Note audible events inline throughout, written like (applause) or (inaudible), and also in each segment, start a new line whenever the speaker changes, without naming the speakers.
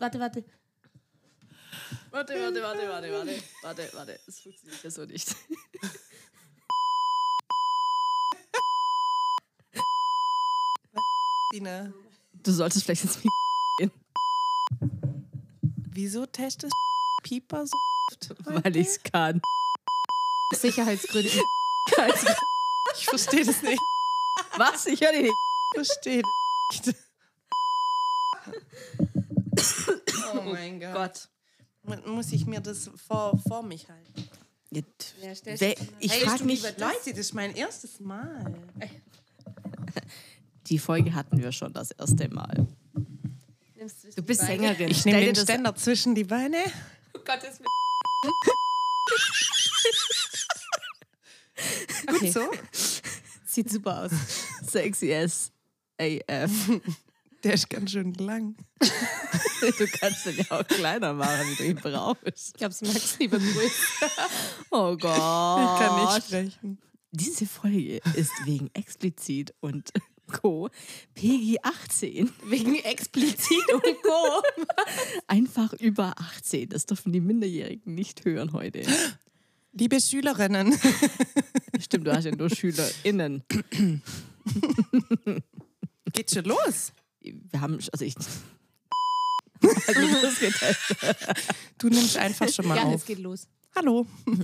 Warte, warte.
Warte, warte, warte, warte, warte, warte, warte. Es funktioniert ja so nicht.
Dina,
Du solltest vielleicht jetzt wie
wieso testest Pieper so? oft?
weil ich's kann.
Sicherheitsgründe.
Ich verstehe das nicht.
Was? Ich höre dich nicht.
Ich verstehe das nicht. Oh mein Gott.
Gott.
Mu- Muss ich mir das vor, vor mich halten?
Ja,
Jetzt,
stell's
wer,
dir mal.
ich
Hey,
frage mich,
Leute, das ist mein erstes Mal.
die Folge hatten wir schon das erste Mal. Du bist Sängerin.
Ich nehme
Stell dir
den
das-
Ständer zwischen die Beine.
Oh Gott, ist mir
Okay.
Gut so.
Sieht super aus. Sexy as AF.
Der ist ganz schön lang.
(laughs) Du kannst den ja auch kleiner machen, wie du ihn brauchst.
Ich glaube, es Max lieber größer.
(laughs) Oh Gott.
Ich kann nicht sprechen.
Diese Folge ist wegen explizit und Co. PG 18.
Wegen explizit und Co.
(laughs) Einfach über 18. Das dürfen die Minderjährigen nicht hören heute.
Liebe Schülerinnen, (laughs)
Stimmt, du hast ja nur SchülerInnen.
geht schon los.
Wir haben, also ich. (laughs) Also das getestet.
Du nimmst einfach schon mal
Ja, es
auf.
geht los.
(laughs) Hallo. Oh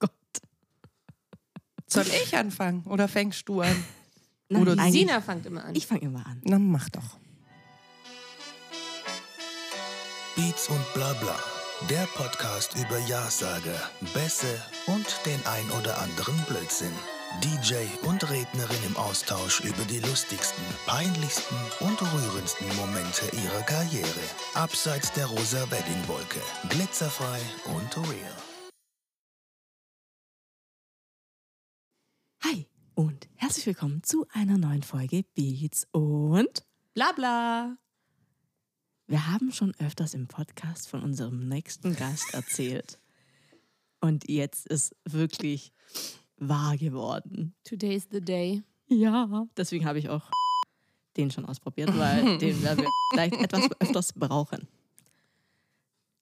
Gott.
Soll ich anfangen oder fängst du an?
Nein,
Oder
eigentlich-
Sina fängt immer an.
Ich fange immer an.
Na, mach doch.
Beats und Blabla, der Podcast über Ja-Sage, Bässe und den ein oder anderen Blödsinn. DJ und Rednerin im Austausch über die lustigsten, peinlichsten und rührendsten Momente ihrer Karriere. Abseits der rosa Weddingwolke, glitzerfrei und real.
Hi und herzlich willkommen zu einer neuen Folge Beats und
Bla bla.
wir haben schon öfters im Podcast von unserem nächsten Gast erzählt. Und jetzt ist wirklich wahr geworden.
Today is the day.
Ja, deswegen habe ich auch den schon ausprobiert, weil den werden wir vielleicht etwas öfters brauchen.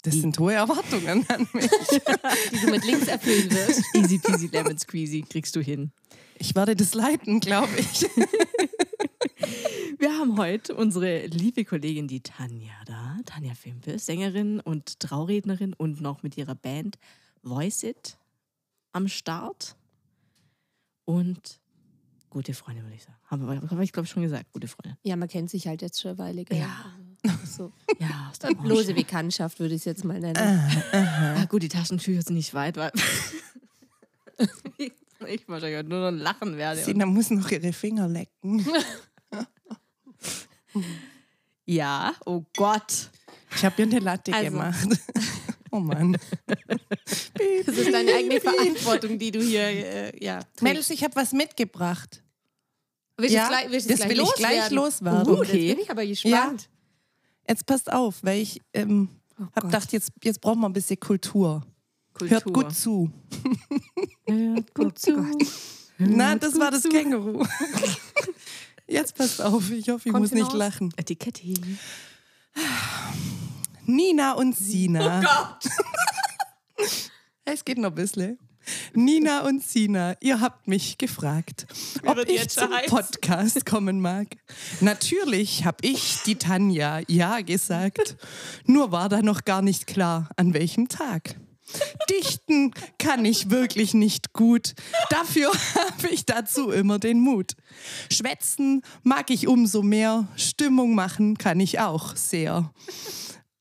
Das sind hohe Erwartungen an mich.
Die du mit links erfüllen wirst.
Easy peasy lemon squeezy kriegst du hin.
Ich werde das leiten, glaube ich.
Wir haben heute unsere liebe Kollegin, die Tanja da. Tanja Fimpe, ist Sängerin und Traurednerin und noch mit ihrer Band Voice It am Start. Und gute Freundin, würde ich sagen. Haben wir, habe ich, glaube ich, schon gesagt, gute Freundin.
Ja, man kennt sich halt jetzt schon eine Weile. Gell?
Ja.
Also, so.
Ja, aus der Branche.
Lose Bekanntschaft würde ich es jetzt mal nennen.
Ah, gut, die Taschentücher sind nicht weit, weil (laughs) ich wahrscheinlich nur noch lachen werde.
Sina muss noch ihre Finger lecken.
ja, oh Gott.
Ich habe ihr eine Latte
Also.
gemacht. (laughs) Oh Mann.
Das ist deine eigene Verantwortung, die du hier, äh, ja. trägst.
Mädels, ich habe was mitgebracht.
Willst du
Ja,
es gleich, willst du es
das will ich gleich loswerden. Uh-huh.
Uh,
Okay.
Jetzt bin ich aber gespannt.
Jetzt passt auf, weil ich ähm, hab
Gott.
gedacht, jetzt, jetzt brauchen wir ein bisschen Kultur. Hört gut zu.
Hört gut zu.
Na, das war das Känguru. (laughs) Jetzt passt auf, ich hoffe, ich
Kommt
muss nicht
hinaus.
lachen.
Etikette hin.
Nina und Sina. Oh Gott. (laughs) es geht noch ein bisschen. Nina und Sina, ihr habt mich gefragt, ob
wird die
ich
jetzt
zum
heißen?
Podcast kommen mag. Natürlich habe ich, die Tanja, ja gesagt. Nur war da noch gar nicht klar, an welchem Tag. Dichten kann ich wirklich nicht gut. Dafür (laughs) habe ich dazu immer den Mut. Schwätzen mag ich umso mehr. Stimmung machen kann ich auch sehr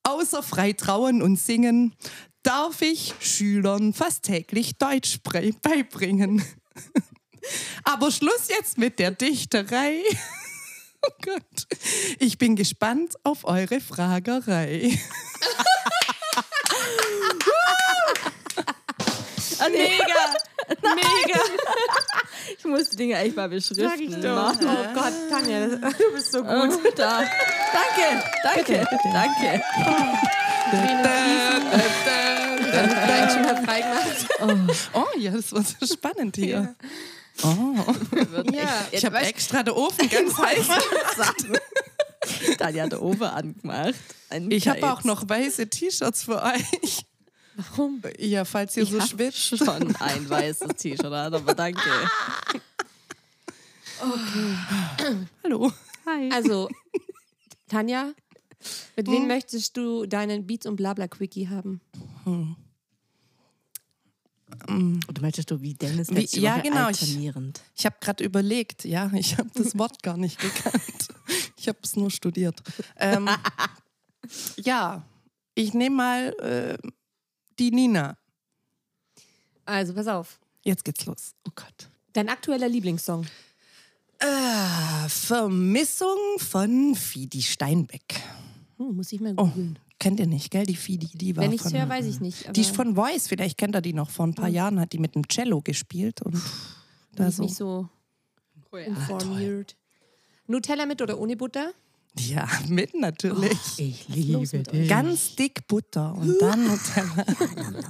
außer frei trauen und singen, darf ich Schülern fast täglich Deutsch brei- beibringen. (laughs) Aber Schluss jetzt mit der Dichterei. (laughs) Oh Gott. Ich bin gespannt auf eure Fragerei.
Ah,
(laughs) Mega! Mega! Ich muss die Dinge echt mal beschriften.
Sag ich
Mann.
doch. Oh Gott, Tanja, das- (laughs) du bist so gut.
Gut, da. Danke, danke, danke.
Nein, schon mal freigemacht.
Oh ja, das war so spannend hier.
Wird
Ja.
echt-
Ich habe
Weißt (laughs)
extra den Ofen ganz heiß.
du, was ich sagen? Tanja hat Ober angemacht. Ein
Ich habe
Kites.
auch noch weiße T-Shirts für euch.
Warum?
Ja, falls ihr
Ich
so
hab
schwitzt.
schon ein weißes T-Shirt an, aber danke.
Hallo.
Hi.
Also, (laughs) Hm. Tanja, mit wem möchtest du deinen Beats und Blabla Quickie haben?
Oder möchtest du wie Dennis
Wie-
letzte
ja,
Woche
genau, ich-
alternierend?
Ich habe gerade überlegt, ja, (laughs) ich habe das Wort gar nicht gekannt. Ich habe es nur studiert. (laughs) Ähm, ja, ich nehme mal äh, die Nina.
Also, pass auf.
Jetzt geht's los. Oh Gott.
Dein aktueller Lieblingssong.
Äh, Vermissung von Fidi Steinbeck.
Hm, muss ich mal
Oh,
googeln.
kennt ihr nicht, gell? Die Fidi, die war
Wenn ich es
von,
höre, weiß ich nicht.
Die
aber
ist von Voice, vielleicht kennt ihr die noch. Vor ein paar Jahren hat die mit dem Cello gespielt und
bin
da
ich
so. Ah,
nicht so informiert. Nutella mit oder ohne
(laughs)
Butter?
Ja, mit natürlich.
Ich
los
liebe
mit euch?
Oh.
dich.
Ganz dick Butter und dann (laughs) Nutella.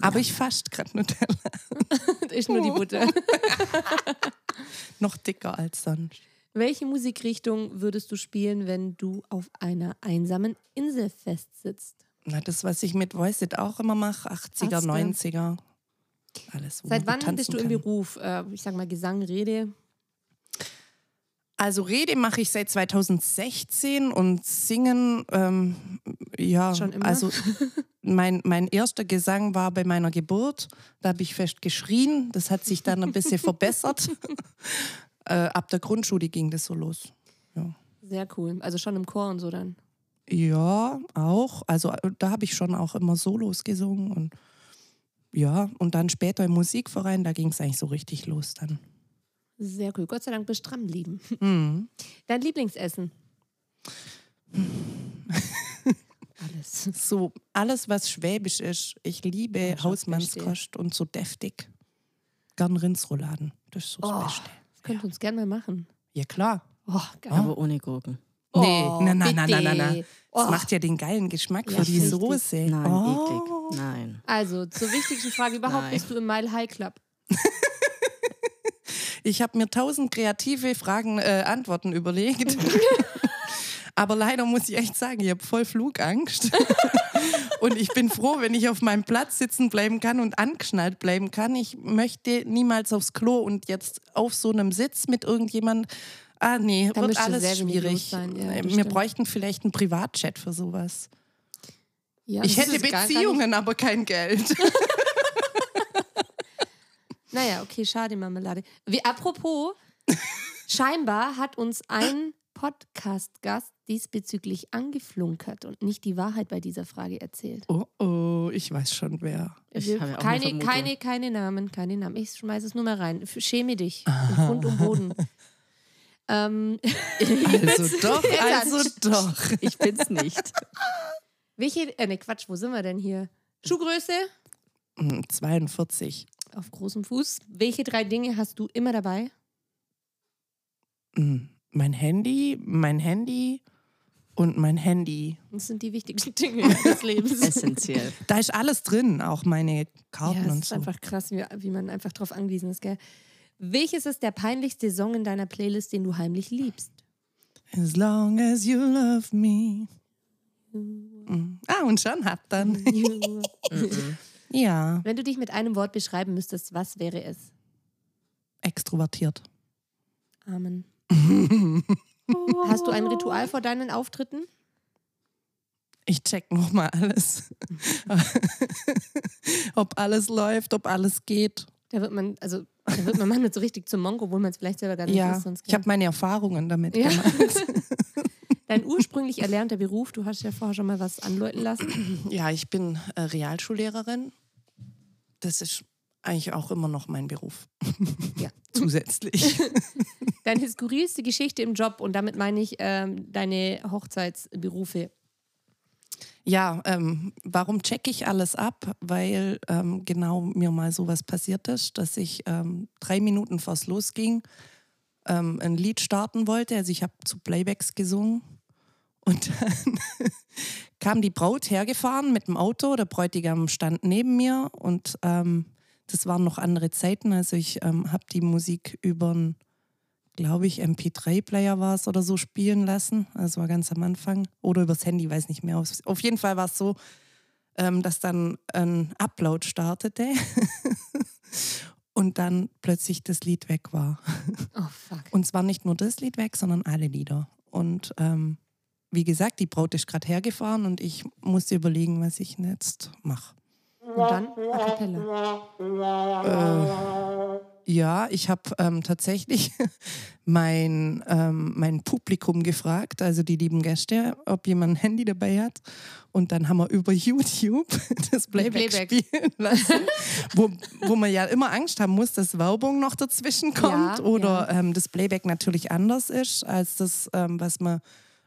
Aber ich fast gerade Nutella.
Ist nur die Butter.
Noch dicker als sonst.
(laughs) Welche Musikrichtung würdest du spielen, wenn du auf einer einsamen Insel festsitzt?
Na, das, was ich mit Voice It auch immer mache, 80er,
Hast du?
90er. Alles wo
Seit
man
wann
gut tanzen
bist du im
kann.
Beruf? Äh, ich sag mal Gesang, Rede.
Also Rede mache ich seit 2016 und singen, ähm, ja,
Schon immer? (laughs)
also mein, mein erster Gesang war bei meiner Geburt. Da habe ich fest geschrien. Das hat sich dann ein
(laughs)
bisschen verbessert. äh, ab der Grundschule ging das so los.
Sehr cool. Also schon im Chor und so dann.
Ja, auch. Also äh, da habe ich schon auch immer Solos gesungen und ja, und dann später im Musikverein, da ging es eigentlich so richtig los dann.
Sehr cool. Gott sei Dank bist du dran (laughs) geblieben.
Mhm. (laughs)
Dein Lieblingsessen? Alles.
So, alles, was schwäbisch ist, ich liebe
ich
Hausmannskost und so deftig. Gern Rindsrouladen. Das ist so das Beste.
Oh, Könnt ihr uns gerne mal machen.
Ja, klar.
Oh, geil.
Aber ohne Gurken.
Nee, na, na, na, na,
Oh, bitte.
na, na. Das
Oh.
macht ja den geilen Geschmack
Ja,
für die
richtig.
Soße.
Nein,
oh.
eklig. Nein.
Also, zur wichtigsten Frage überhaupt,
Nein.
bist du im Mile High Club?
Ich habe mir tausend kreative Fragen, äh, Antworten
(laughs)
überlegt. Aber leider muss ich echt sagen, ich habe voll
(laughs)
Flugangst. und ich bin froh, wenn ich auf meinem Platz sitzen bleiben kann und angeschnallt bleiben kann. Ich möchte niemals aufs Klo und jetzt auf so einem Sitz mit irgendjemand. Ah nee,
Da
wird
müsste
alles
sehr wenig
schwierig.
los sein, ja,
Äh,
das
Wir
stimmt.
bräuchten vielleicht einen Privatchat für sowas.
Ja,
ich
Also, das
hätte
ist gar- gar nicht-
Beziehungen, aber kein Geld.
(laughs) Naja, okay, schade, Marmelade. Wie, apropos, scheinbar hat uns ein Podcast-Gast diesbezüglich angeflunkert und nicht die Wahrheit bei dieser Frage erzählt.
Oh oh, ich weiß schon
(laughs)
wer.
Ich habe ja auch eine
keine,
Vermutung.
keine, keine Namen, keine Namen. Ich schmeiße es nur mal rein. F- Schäme dich. Im Grund und Boden. ähm,
Also doch,
Jetzt
also doch.
Ich bin's nicht.
(laughs) welche, äh, ne Quatsch, wo sind wir denn hier? Schuhgröße?
Mm, 42.
Auf großem Fuß. Welche drei Dinge hast du immer dabei?
Mm, Mein Handy, mein Handy und mein Handy.
Das sind die wichtigsten Dinge des Lebens.
Essentiell.
Da ist alles drin, auch meine
ja,
Karten
es
und
ist
so.
einfach krass, wie, wie man einfach drauf angewiesen ist, gell? Welches ist der peinlichste Song in deiner Playlist, den du
(laughs)
heimlich liebst?
As long as you love me. Mm. Ah, und schon habt dann.
(laughs)
Ja,
Wenn du dich mit einem Wort beschreiben müsstest, was wäre es?
extrovertiert.
Amen. Hast du ein Ritual vor deinen Auftritten?
Ich check nochmal
(laughs)
alles. ob alles läuft, ob alles geht.
Da wird man, also, da wird man manchmal so richtig zum Mongo, obwohl man es vielleicht selber gar nicht
Ja,
ist. Sonst
ich habe meine Erfahrungen damit
Ja.
gemacht.
Dein ursprünglich erlernter Beruf, du hast ja vorher schon mal was anläuten lassen.
Ja, ich bin äh, Realschullehrerin. Das ist eigentlich auch immer noch mein Beruf.
Ja.
(laughs) Zusätzlich.
Deine skurrilste Geschichte im Job und damit meine ich ähm, deine Hochzeitsberufe.
ja, ähm, warum checke ich alles ab? Weil ähm, genau mir mal sowas passiert ist, dass ich ähm, drei Minuten vors Losging ähm, ein Lied starten wollte. Also ich habe zu Playbacks gesungen. Und dann (laughs) kam die Braut hergefahren mit dem Auto, der Bräutigam stand neben mir und ähm, das waren noch andere Zeiten. Also ich ähm, habe die Musik über glaube ich, MP3-Player war es oder so spielen lassen. Das war ganz am Anfang. Oder übers Handy, weiß nicht mehr. Auf, auf jeden Fall war es so, ähm, dass dann ein Upload startete (laughs) und dann plötzlich das Lied weg war.
Oh, fuck.
Und zwar nicht nur das Lied weg, sondern alle Lieder. Und ähm, wie gesagt, die Braut ist gerade hergefahren und ich musste überlegen, was ich jetzt mache.
Und dann A
(laughs)
Cappella.
Ja, ich habe ähm, tatsächlich (laughs) mein, ähm, mein Publikum gefragt, also die lieben Gäste, ob jemand ein Handy dabei hat. Und dann haben wir über (laughs) YouTube das Playback,
Playback.
spielen lassen, (laughs) wo, wo man ja immer Angst haben muss, dass Werbung noch dazwischen kommt
Ja,
oder ähm, das Playback natürlich anders ist als das, ähm, was man,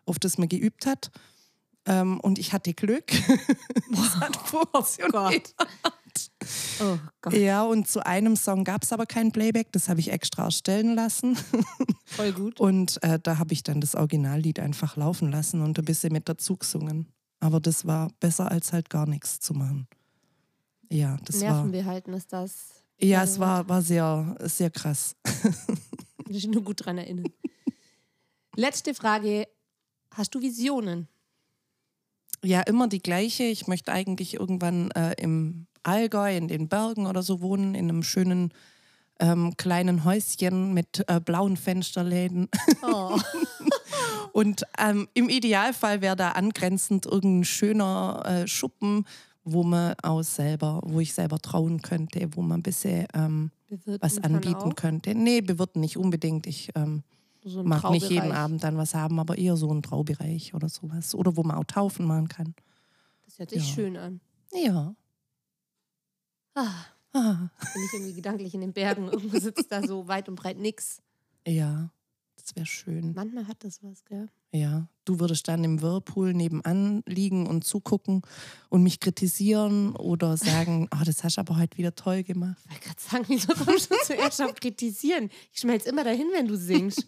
auf das man geübt hat. Ähm, und ich hatte Glück. das hat funktioniert.
(laughs) Oh Gott,
Ja, und zu einem Song gab es aber kein Playback, das habe ich extra erstellen lassen.
voll gut.
Und äh, da habe ich dann das Originallied einfach laufen lassen und ein bisschen mit dazu gesungen. Aber das war besser als halt gar nichts zu machen. Ja, das
Nerven
war.
behalten ist das.
Ja, es war, war sehr, sehr krass.
Kann ich nur gut dran erinnern. (laughs) Letzte Frage. Hast du Visionen?
Ja, immer die gleiche. Ich möchte eigentlich irgendwann äh, im Allgäu, in den Bergen oder so wohnen, in einem schönen ähm, kleinen Häuschen mit äh, blauen Fensterläden.
(laughs) Oh.
Und ähm, im Idealfall wäre da angrenzend irgendein schöner äh, Schuppen, wo man aus selber, wo ich selber trauen könnte, wo man ein bisschen ähm,
Bewirten
was
kann
anbieten
auch.
könnte. Nee, bewirten nicht unbedingt. Ich ähm,
So ein
mag nicht jeden
Traubereich.
Abend dann was haben, aber eher so einen Traubereich oder sowas. Oder wo man auch Taufen machen kann.
Das hört sich
Ja.
schön an.
Ja.
Ah,
Ah.
bin ich irgendwie gedanklich in
(laughs)
den Bergen. Irgendwo sitzt da so weit und breit nix.
Ja, das wäre schön.
Manchmal hat das was, gell?
Ja, du würdest dann im Whirlpool nebenan liegen und zugucken und mich kritisieren oder (laughs) sagen, oh, das hast du aber heute wieder toll gemacht.
Ich wollte gerade sagen, wieso kommst du (laughs) zuerst auf Kritisieren? Ich schmelz immer dahin, wenn du singst.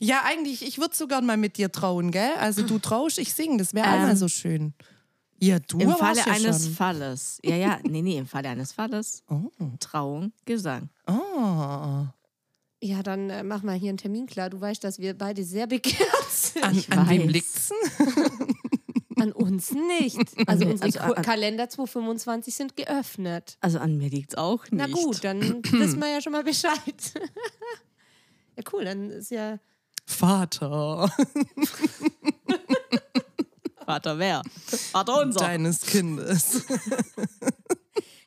Ja, eigentlich, ich würde sogar mal mit dir trauen, gell? Also du traust, ich sing, das wäre
Ähm.
auch mal so schön. Ja, du
Im
warst
Falle
ja
eines
schon.
Falles. Ja, ja, nee, nee, im Falle eines Falles.
Oh.
Trauung, Gesang.
Oh.
Ja, dann äh, mach mal hier einen Termin klar. Du weißt, dass wir beide sehr begehrt (laughs) sind.
An,
Ich
an wem
weiß.
liegt's? denn?
An uns nicht. (laughs) Also
mir-
unsere
also
Ku-
an-
Kalender 225 sind geöffnet.
Also an mir liegt's auch nicht.
Na
(clears throat)
gut, dann wissen wir ja schon mal Bescheid. (laughs) ja, cool, dann ist ja.
(laughs)
Vater
Vater wer? Vater unser.
deines Kindes.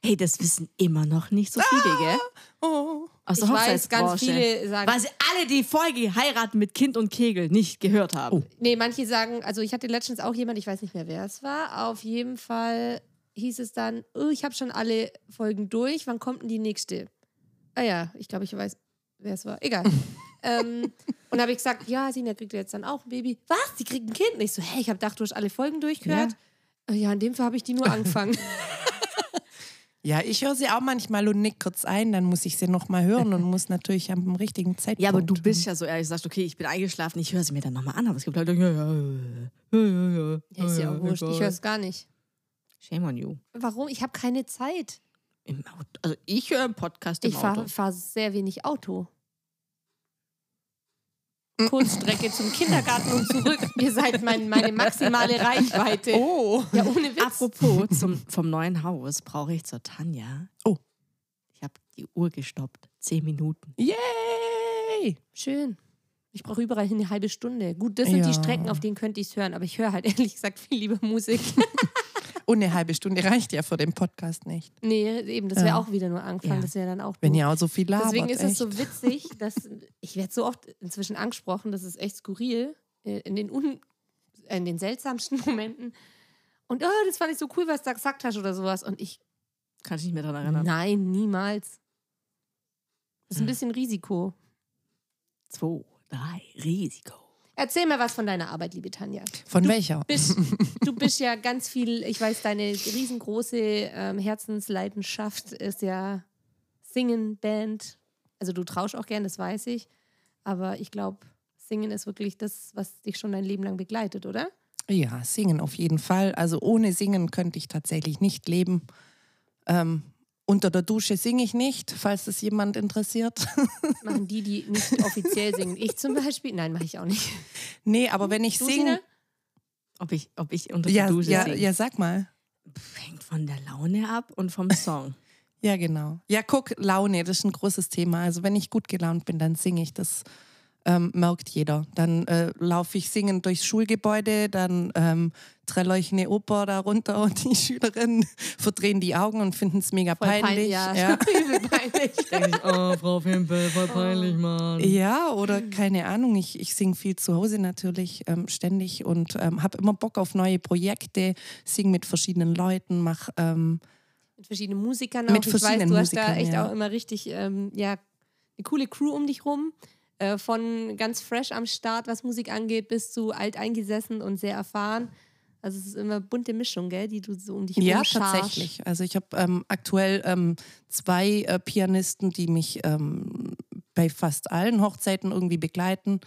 Hey, das wissen immer noch nicht so viele, gell?
(laughs) Oh.
Aus der
Ah. Ich weiß,
Hochzeitsbranche.
ganz viele sagen-
Weil sie alle die Folge heiraten mit Kind und Kegel nicht gehört haben.
Nee, manche sagen, also ich hatte letztens auch jemand, ich weiß nicht mehr, wer es war. Auf jeden Fall hieß es dann, oh, ich habe schon alle Folgen durch, wann kommt denn die nächste? Ah ja, ich glaube, ich weiß, wer es war. Egal. ähm, und habe ich gesagt, ja, Sina kriegt jetzt dann auch ein Baby. Was? Sie kriegt ein Kind? Und ich so, hey, ich habe gedacht, du hast alle Folgen durchgehört. Ja, ja in dem Fall habe ich die nur angefangen.
Ja, ich höre sie auch manchmal und nick kurz ein, dann muss ich sie nochmal hören und muss natürlich am richtigen Zeitpunkt.
Ja, aber du bist ja so ehrlich, sagst, okay, ich bin eingeschlafen, ich höre sie mir dann nochmal an. Aber es gibt Leute, ja, ja, ja, ja, ja,
ja, ist ja auch wurscht, ich höre es gar nicht.
Shame on you.
Warum? Ich habe keine Zeit.
Im Auto. Also ich höre einen Podcast im
Ich
Auto.
fahre fahr sehr wenig Auto. Kurzstrecke zum Kindergarten und zurück. Mm. (laughs) Ihr seid mein, meine maximale Reichweite.
Oh.
Ja, ohne Witz.
Apropos (laughs) zum, vom neuen Haus brauche ich zur Tanja.
Oh.
Ich habe die Uhr gestoppt. Zehn Minuten.
Yay!
Schön. Ich brauche überall hin eine halbe Stunde. Gut, das sind
Ja.
die Strecken, auf denen könnte ich es hören, aber ich höre halt (laughs) ehrlich gesagt viel lieber Musik. (laughs)
Und eine halbe Stunde reicht ja für den Podcast nicht.
nee, eben, das wäre
Ja.
auch wieder nur angefangen,
Ja.
das wäre dann auch
Wenn
doof.
ihr auch so viel labert.
Deswegen ist
echt.
es so witzig, dass ich werde so oft inzwischen angesprochen, das ist echt skurril, äh, in den, un, äh, in den seltsamsten (laughs) Momenten. Und oh, das fand ich so cool, was du da gesagt hast oder sowas. Und ich,
Kann ich nicht mehr daran erinnern.
nein, niemals. Das ist ein bisschen Risiko.
Zwei, drei, Risiko.
Erzähl mal was von deiner Arbeit, liebe Tanja.
Von welcher?
Bist, du bist ja ganz viel, ich weiß, deine riesengroße ähm, Herzensleidenschaft ist ja Singen, Band. Also du trausch auch gern, das weiß ich. Aber ich glaube, Singen ist wirklich das, was dich schon dein Leben lang begleitet, oder?
(laughs) Ja, singen auf jeden Fall. Also ohne Singen könnte ich tatsächlich nicht leben. Ähm, Unter der Dusche singe ich nicht, falls es jemand interessiert. (laughs)
Machen die, die nicht offiziell singen. Ich zum Beispiel. Nein, mache ich auch nicht.
nee, aber wenn ich
Du,
singe.
Sina?
Ob ich, ob ich unter
Ja,
der Dusche
ja,
singe.
ja, sag mal.
Pff, Hängt von der Laune ab und vom (laughs) Song.
Ja, genau. Ja, guck, Laune, das ist ein großes Thema. Also wenn ich gut gelaunt bin, dann singe ich. Das ähm, merkt jeder. Dann äh, laufe ich singend durchs Schulgebäude, dann ähm, trelle ich eine Oper da runter und die (laughs) Schülerinnen verdrehen die Augen und finden es mega
Voll
peinlich.
peinlich. Ja, (laughs) übel peinlich.
Denke ich, oh, Frau Pimpel, voll peinlich, Mann.
Ja, oder keine Ahnung, ich, ich singe viel zu Hause natürlich ähm, ständig und ähm, habe immer Bock auf neue Projekte, singe mit verschiedenen Leuten, mache ähm,
Mit verschiedenen Musikern
Mit
auch. Ich
verschiedenen
weiß, du hast da
Musikern,
echt
ja.
auch immer richtig, ähm, ja, eine coole Crew um dich rum. Äh, von ganz fresh am Start, was Musik angeht, bis zu alt eingesessen und sehr erfahren. Also es ist immer bunte Mischung, gell, die du so um dich rum
Ja,
scharst.
tatsächlich. Also ich habe ähm, aktuell ähm, zwei äh, Pianisten, die mich ähm, bei fast allen Hochzeiten irgendwie begleiten.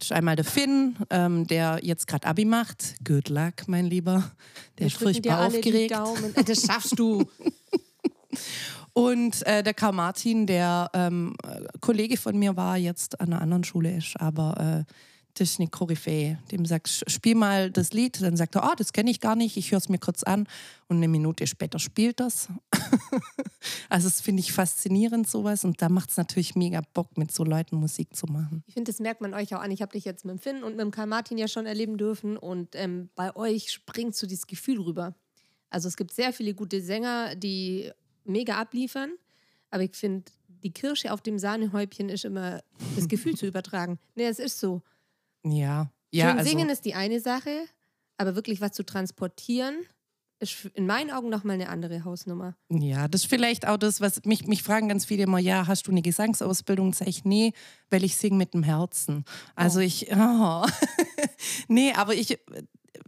Das ist einmal der Finn, ähm, der jetzt gerade Abi macht. Good luck, mein Lieber. Der
Wir
ist
drücken dir
furchtbar
alle die
aufgeregt.
Daumen. Äh, Das
(laughs)
schaffst du.
Und äh, der Karl Martin, der ähm, äh, Kollege von mir war, jetzt an einer anderen Schule ist, aber äh, das ist eine Koryphäe. Dem sagst du, spiel mal das Lied. Dann sagt er, ah, das kenne ich gar nicht, ich höre es mir kurz an. Und eine Minute später spielt das. (laughs) also das finde ich faszinierend, sowas. Und da macht es natürlich mega Bock, mit so Leuten Musik zu machen.
Ich finde, das merkt man euch auch an. Ich habe dich jetzt mit dem Finn und mit dem Karl Martin ja schon erleben dürfen und ähm, bei euch springt so dieses Gefühl rüber. Also es gibt sehr viele gute Sänger, die mega abliefern, aber ich finde, die Kirsche auf dem Sahnehäubchen ist immer das
(laughs)
Gefühl zu übertragen. Nee, es ist so.
Ja. Ja,
Schön
also,
singen ist die eine Sache, aber wirklich was zu transportieren, ist in meinen Augen nochmal eine andere Hausnummer.
ja, das ist vielleicht auch das, was mich, mich fragen ganz viele immer, ja, hast du eine Gesangsausbildung? Sag ich, nee, weil ich singe mit dem Herzen. Also ich, (laughs) oh. nee, aber ich,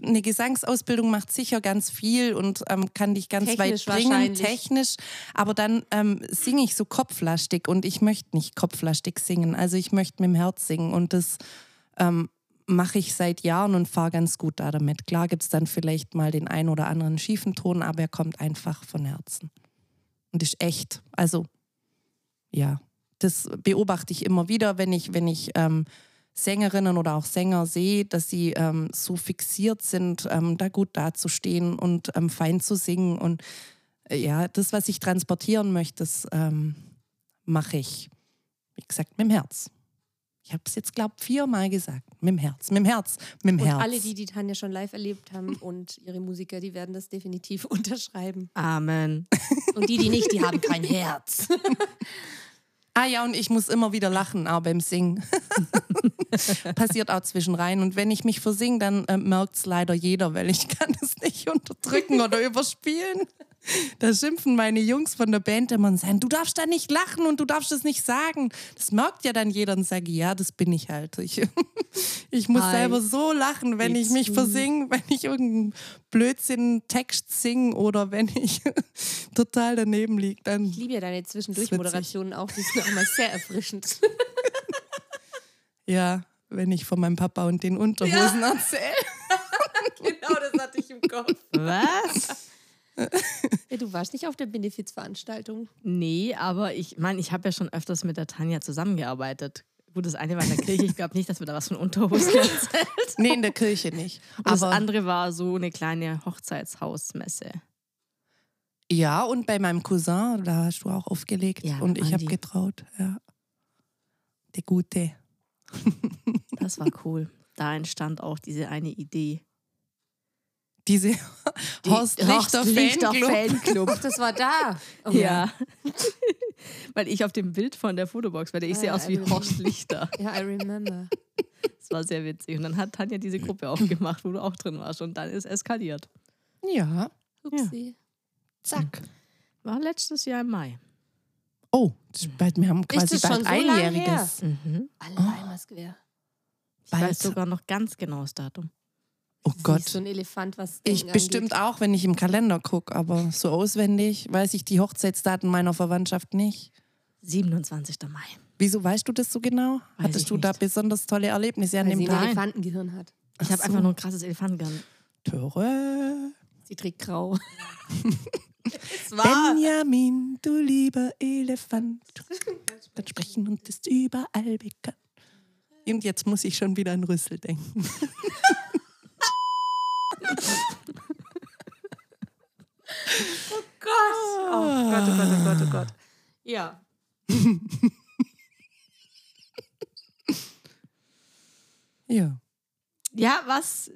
eine Gesangsausbildung macht sicher ganz viel und ähm, kann dich ganz
Technisch
weit bringen,
wahrscheinlich.
technisch. Aber dann ähm, singe ich so kopflastig und ich möchte nicht kopflastig singen. Also ich möchte mit dem Herz singen und das ähm, mache ich seit Jahren und fahre ganz gut da damit. Klar gibt es dann vielleicht mal den einen oder anderen schiefen Ton, aber er kommt einfach von Herzen. Und ist echt. Also ja, das beobachte ich immer wieder, wenn ich, wenn ich ähm, Sängerinnen oder auch Sänger sehe, dass sie ähm, so fixiert sind, ähm, da gut dazustehen und ähm, fein zu singen. Und äh, ja, das, was ich transportieren möchte, das ähm, mache ich, wie gesagt, mit dem Herz. Ich habe es jetzt, glaube ich, viermal gesagt. Mit dem Herz, mit dem Herz, mit dem
Und
Herz.
alle, die die Tanja schon live
(laughs)
erlebt haben und ihre Musiker, die werden das definitiv (laughs) unterschreiben.
Amen.
Und die, die nicht, die haben kein Herz.
Ah ja, und ich muss immer wieder lachen, auch beim Singen. (laughs) Passiert auch zwischenrein. Und wenn ich mich versinge, dann äh, merkt es leider jeder, weil ich kann es nicht unterdrücken oder überspielen. Da schimpfen meine Jungs von der Band immer und sagen, du darfst da nicht lachen und du darfst es nicht sagen. Das merkt ja dann jeder und sage, ja, das bin ich halt. Ich, (laughs) ich muss
Hi.
selber so lachen, wenn ich mich versinge, wenn ich irgendeinen Blödsinn-Text singe oder wenn ich (laughs) total daneben liege. Dann
Ich liebe ja deine
Das ist witzig.
Zwischendurch-Moderationen auch, die sind auch immer sehr
(laughs)
erfrischend.
Ja, wenn ich von meinem Papa und den Unterhosen erzähle.
genau, das hatte ich im Kopf.
(laughs) Was?
Du warst nicht auf der Benefizveranstaltung.
Nee, aber ich meine, ich habe ja schon öfters mit der Tanja zusammengearbeitet. Gut, das eine war in der Kirche. Ich glaube nicht, dass wir da was von Unterhosen (laughs) erzählen.
Nee, in der Kirche nicht.
Und das
Aber
andere war so eine kleine Hochzeitshausmesse.
ja, und bei meinem Cousin, da hast du auch aufgelegt
Ja,
und ich habe
Andi.
getraut. Ja. Der Gute.
Das war cool. Da entstand auch diese eine Idee.
Diese Horst Lichter Fanclub.
Fanclub.
Ach, das war da. Oh,
Ja. (laughs) Weil ich auf dem Bild von der Fotobox, weil ich
Ah,
sehe
ja,
aus wie
Evelyn.
Horst Lichter. (laughs)
Ja, I remember.
Das war sehr witzig. Und dann hat Tanja diese Gruppe aufgemacht, wo du auch drin warst. Und dann ist eskaliert.
Ja,
Upsi.
zack.
War letztes Jahr im Mai.
Oh, das ist bald, wir haben quasi
das
bald
schon so lange her?
einjähriges. Oh
Alle Eimersgewehr.
Mhm. Ich
Bald.
weiß sogar noch ganz genau das Datum.
Oh
Gott. So
Gott.
ein Elefant, was.
Ich
Dinge
bestimmt auch, wenn ich im Kalender gucke, aber so auswendig weiß ich die Hochzeitsdaten meiner Verwandtschaft nicht.
27. Mai.
Wieso weißt du das so genau?
Weiß ich
Hattest du da
nicht.
besonders tolle Erlebnisse an dem
Angeht. Weil sie ein
Tag?
Elefantengehirn hat.
Ich habe
so.
einfach nur ein krasses Elefantengehirn.
Töre.
Sie trägt grau.
Es
Ah. Benjamin, du lieber (laughs) Elefant, das Sprechen und ist überall bekannt. Und jetzt muss ich schon wieder an Rüssel denken.
Gott. Oh Gott, oh Gott, oh Gott, oh Gott. Ja.
Ja.
Ja, was?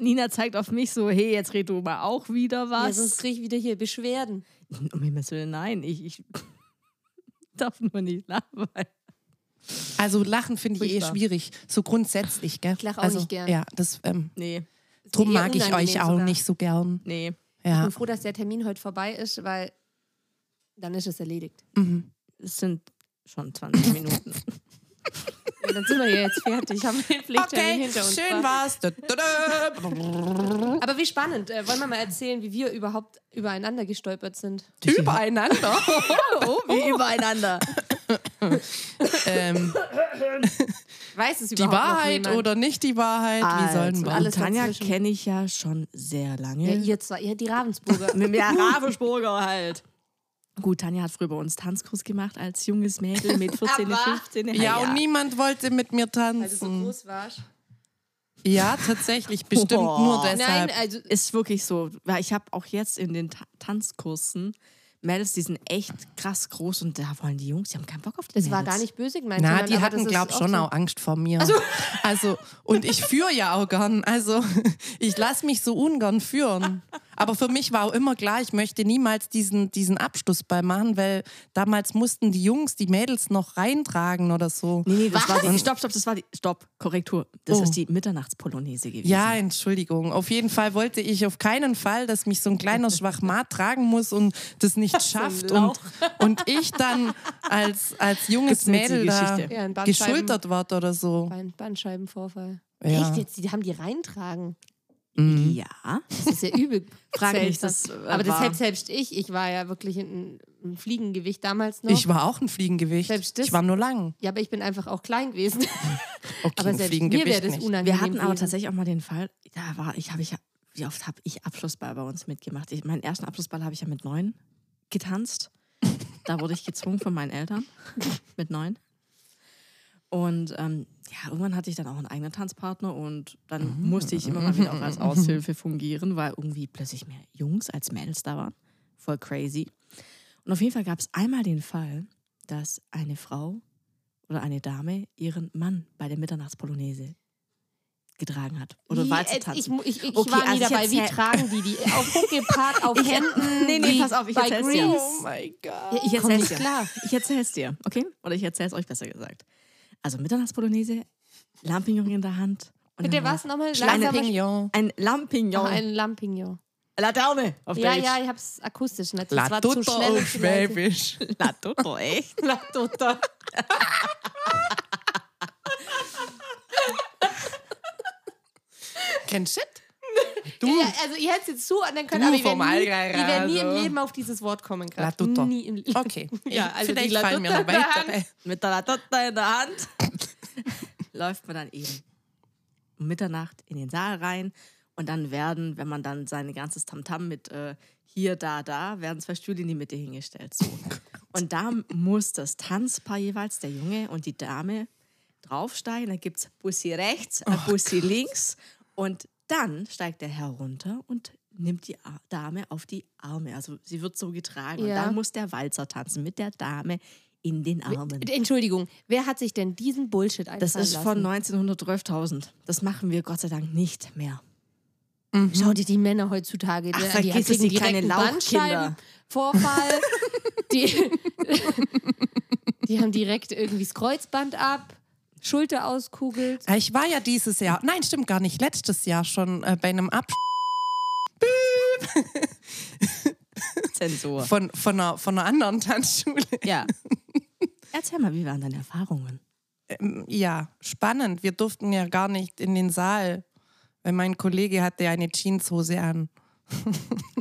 Nina zeigt auf mich so, hey, jetzt red du aber auch wieder
ja,
was.
sonst kriege ich wieder hier Beschwerden.
um Himmels Willen, nein, ich, ich (laughs) darf nur nicht labern.
Also lachen finde ich eh
Furchtbar.
schwierig. So grundsätzlich, gell?
Ich lach auch
also,
nicht gern.
Ja, das, ähm,
Nee,
Ist
drum
mir eher
mag ich
unangenehm
euch auch
sogar.
nicht so gern.
nee.
Ich
Ja.
bin froh, dass der Termin heute vorbei ist, weil dann ist es erledigt.
Mhm.
Es sind schon (laughs) 20 Minuten.
Und dann sind wir ja jetzt fertig, haben den Pflichttermin
Okay,
hinter uns.
schön war's. Da,
(laughs)
da, da.
Aber wie spannend. Äh, wollen wir mal erzählen, wie wir überhaupt übereinander gestolpert sind?
(laughs) Übereinander.
Oh, wie übereinander.
ähm,
Weiß es
die
überhaupt
Wahrheit
noch jemand?
oder nicht die Wahrheit, wie sollen wir?
alles
Tanja
dazwischen.
kenne ich ja schon sehr lange.
Ja, ihr zwei, ihr die
(laughs)
(laughs)
Ravensburger.
Mit mehr Ravensburger halt. Gut, Tanja hat früher bei uns Tanzkurs gemacht als junges Mädel (laughs) mit 14,
Aber-
15.
Ja, und niemand wollte mit mir
Weil du Ah, Also so
tanzen.
groß warst.
ja, tatsächlich,
(laughs)
bestimmt
Boah.
nur
Nein,
deshalb.
also
Ist wirklich so. Weil ich habe auch jetzt in den Ta Tanzkursen Mädels, die sind echt krass groß und da wollen die Jungs, die haben keinen Bock auf die
das war
Mädels.
gar nicht böse gemeint.
Na,
sondern-
die
aber
hatten,
das ist
glaub
oft
schon
so-
auch Angst vor mir. Also, und ich führe ja auch gern. Also, (laughs) ich lasse mich so ungern führen. Aber für mich war auch immer klar, ich möchte niemals diesen, diesen Abschlussball machen, weil damals mussten die Jungs die Mädels noch reintragen oder so.
Nee, nee, das
Was?
war die, stopp, stopp, das war die, stopp, Korrektur. Das
Oh.
ist die Mitternachtspolonaise gewesen.
Ja, Entschuldigung. Auf jeden Fall wollte ich auf keinen Fall, dass mich so ein kleiner
(laughs)
Schwachmat tragen muss und das nicht schafft. Und,
Lauch.
und ich dann als, als
Gibt's
junges
eine witzige
Mädel da
Geschichte.
Ja, ein Bandscheiben-
geschultert wird oder so.
Bein- Bandscheibenvorfall.
Ja.
Echt jetzt? Die haben die reintragen.
Ja.
Das ist ja
(laughs)
übel.
Frag mich,
seltsam.
das, äh,
Aber das
war-
hätte selbst ich. Ich war ja wirklich ein, ein Fliegengewicht damals noch.
Ich war auch ein Fliegengewicht.
Ne? Selbst das-
ich war nur lang.
ja, aber ich bin einfach auch
(laughs)
klein gewesen.
Okay,
aber
ein
selbst mir
Fliegengewicht
wäre das
nicht.
unangenehm.
Wir hatten aber
gewesen.
tatsächlich auch mal den Fall, da war, ich habe ich, wie oft habe ich Abschlussball bei uns mitgemacht? Ich, meinen ersten Abschlussball habe ich ja mit neun getanzt. Da wurde ich gezwungen von meinen Eltern mit neun. Und ähm, ja, irgendwann hatte ich dann auch einen eigenen Tanzpartner und dann musste ich immer mal wieder auch als Aushilfe fungieren, weil irgendwie plötzlich mehr Jungs als Mädels da waren. Voll crazy. Und auf jeden Fall gab es einmal den Fall, dass eine Frau oder eine Dame ihren Mann bei der Mitternachtspolonaise getragen hat oder
Wie,
Walze
äh, Ich,
tanzen.
mu- ich, ich
Okay,
war
also
nie
ich
dabei. Wie
erzähl-
tragen
(laughs)
die die? Auf Huckepark, auf
Ich-
Händen?
Nee, nee,
wie
pass auf, ich
bei
erzähl's dir.
Grease?
Oh mein Gott.
Ich
komm
erzähl's
nicht
dir.
klar.
Ich erzähl's dir, okay? Oder ich erzähl's euch besser gesagt. Also Mitternachtspolonaise, Lampignon in der Hand. und
Bitte
dann war
was nochmal?
Schlange-
Langsamer-
Lampignon.
Ein Lampignon.
Noch ein Lampignon.
Laterne auf
Ja,
Deutsch.
ja, ich hab's akustisch nicht. Das
La
war zu
Tutta
schnell.
auf
und zu leise.
Schwäbisch.
(laughs) Latotto, echt?
La Tutta.
Kein Shit. Du.
Ja, also ihr hättet jetzt zu, und dann könnt
Du
aber ich wär
vom
nie, ich
Allgäuer,
wär nie im
also.
Leben auf dieses Wort kommen gerade.
La Tutta.
Nie im Leben.
Okay.
(laughs) Ja, also die
Vielleicht
La
fallen mir
Tutta
noch weitere.
an.
Mit der Latotta in der Hand (laughs) läuft man dann eben um Mitternacht in den Saal rein und dann werden, wenn man dann sein ganzes Tamtam mit äh, hier, da, da, werden zwei Stühle in die Mitte hingestellt. So. Und da muss das Tanzpaar jeweils, der Junge und die Dame, draufsteigen. Da gibt es Bussi rechts, ein Bussi links und dann steigt der Herr runter und nimmt die Ar- Dame auf die Arme. Also sie wird so getragen und
Ja.
dann muss der Walzer tanzen mit der Dame in den Armen.
Entschuldigung, wer hat sich denn diesen Bullshit
Das
einfallen
ist von
lassen?
1912.000. Das machen wir Gott sei Dank nicht mehr.
Schau dir die Männer heutzutage
Ach,
an. die
vergiss es,
kriegen
die kleinen
direkten
Lauchkinder.
Bandscheibenvorfall. (laughs) die, (laughs) die haben direkt irgendwie das Kreuzband ab, Schulter auskugelt.
Ich war ja dieses Jahr, nein, stimmt gar nicht, letztes Jahr schon äh, bei einem Abschluss.
(laughs) (laughs) Zensur.
von, von, einer, von einer anderen (laughs) Tanzschule.
Ja. Erzähl mal, wie waren deine Erfahrungen?
Ähm, ja, spannend. Wir durften ja gar nicht in den Saal, weil mein Kollege hatte eine Jeanshose an.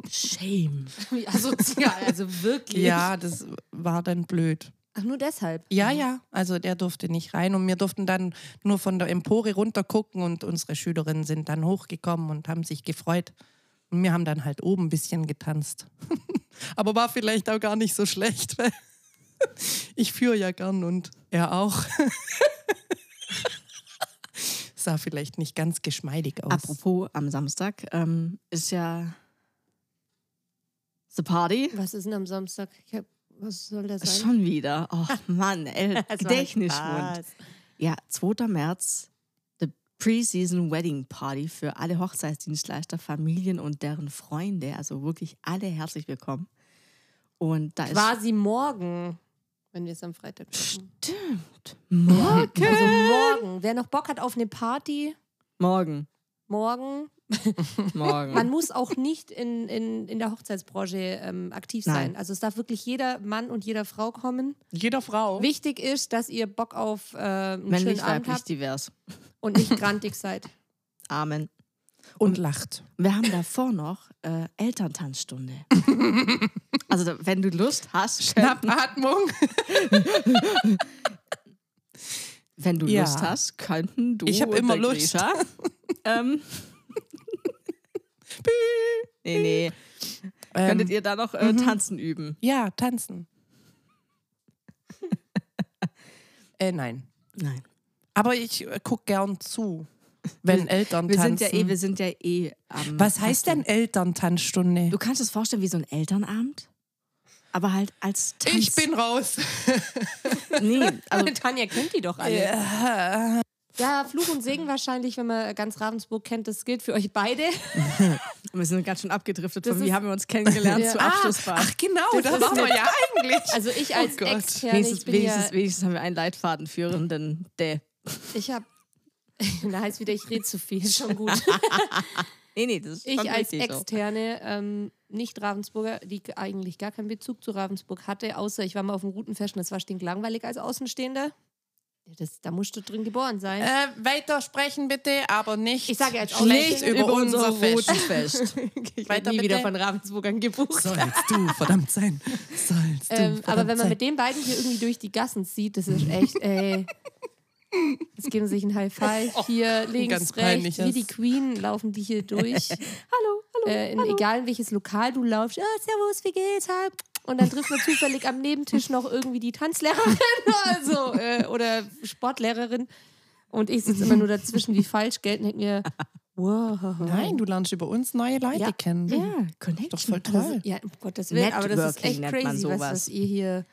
Shame.
Wie asozial, also wirklich.
Ja, das war dann blöd.
Ach, nur deshalb.
Ja, ja, also der durfte nicht rein und wir durften dann nur von der Empore runter gucken und unsere Schülerinnen sind dann hochgekommen und haben sich gefreut, Und wir haben dann halt oben ein bisschen getanzt. (laughs) Aber war vielleicht auch gar nicht so schlecht, weil (laughs) ich führe ja gern und er auch. (laughs) Sah vielleicht nicht ganz geschmeidig aus.
Apropos am Samstag ähm, ist ja The Party.
Was ist denn am Samstag? Ich hab, was soll das sein?
Schon wieder. Oh (laughs) Mann, ey,
Es war ein
Gedächtnisschwund.
Spaß.
Ja, 2. März, the Preseason Wedding Party für alle Hochzeitsdienstleister, Familien und deren Freunde. Also wirklich alle herzlich willkommen. Und da ist
Quasi morgen, wenn wir es am Freitag machen.
Stimmt. Morgen.
Also morgen. Wer noch Bock hat auf eine Party,
Morgen.
morgen.
(laughs)
Man
Morgen.
muss auch nicht in, in, in der Hochzeitsbranche ähm, aktiv
Nein.
sein. Also es darf wirklich jeder Mann und jeder Frau kommen.
Jeder Frau.
Wichtig ist, dass ihr Bock auf äh, einen
Männlich,
schönen Abend
weiblich,
habt
divers.
und nicht
(laughs)
grantig seid.
Amen.
Und lacht.
Wir haben davor noch äh,
(laughs)
Elterntanzstunde. also, da- wenn du Lust hast,
Schnappatmung.
wenn du
Ja.
Lust hast, könnten du.
Ich hab
und
immer
der
Lust. (laughs)
Grisha, ähm, nee, nee. Könntet
Ähm,
ihr da noch äh, tanzen üben?
ja, tanzen. (laughs) äh, nein.
Nein.
Aber ich äh, gucke gern zu, wenn Eltern
Wir
tanzen.
sind ja eh, wir sind ja eh am
Was heißt denn Elterntanzstunde?
Du kannst es vorstellen wie so ein Elternabend, aber halt als Tanz.
raus.
Nee,
(laughs)
also
Tanja kennt die doch alle. Ja, Fluch und Segen wahrscheinlich, wenn man ganz Ravensburg kennt, das gilt für euch beide.
wir sind ganz schön abgedriftet
Das
von
ist-
wie haben wir uns kennengelernt
Ja.
zur
Ah,
Abschlussfahrt.
Ach genau, das waren wir ja eigentlich.
Also ich
Oh
als
Gott.
Externe,
wenigstens,
ich bin ja,
wenigstens, wenigstens haben wir einen Leitfadenführenden, der
ich habe, (laughs) na heißt wieder, ich rede zu viel, ist
(laughs)
schon gut.
Nee, nee, das ist
Ich
schon
als
richtig so.
Externe, ähm, nicht Ravensburger, die eigentlich gar keinen Bezug zu Ravensburg hatte, außer ich war mal auf dem Routenfesten, das war stinklangweilig als Außenstehender. Ja, Das, da musst du drin geboren sein.
Äh, weiter sprechen bitte, aber nicht.
Ich sage jetzt auch
nicht
nicht
über, unser Fest. (laughs)
Routenfest.
ich
werd
werde
nie
nie
wieder
wieder von Ravensburgern gebucht.
Sollst du verdammt sein. Sollst du.
Ähm, aber
verdammt
wenn man
sein.
mit den beiden hier irgendwie durch die Gassen zieht, das ist echt, ey. Jetzt geben sie sich ein High Five. Hier links,
ganz peinlich,
rechts, wie
das-
die Queen laufen die hier durch. hallo, hallo, äh, in, Egal in welches Lokal du laufst. Ja, servus, wie geht's? Halb. Und dann trifft man zufällig am Nebentisch noch irgendwie die Tanzlehrerin (laughs) also, äh, oder Sportlehrerin. Und ich sitze immer nur dazwischen wie falsch Geld und denk mir, wow.
Nein, du lernst über uns neue Leute
Ja.
kennen.
ja, Connection.
Doch voll toll.
Ja, um Gottes Willen, aber das ist
Networking
echt
nennt man
crazy, was,
sowas.
was ihr hier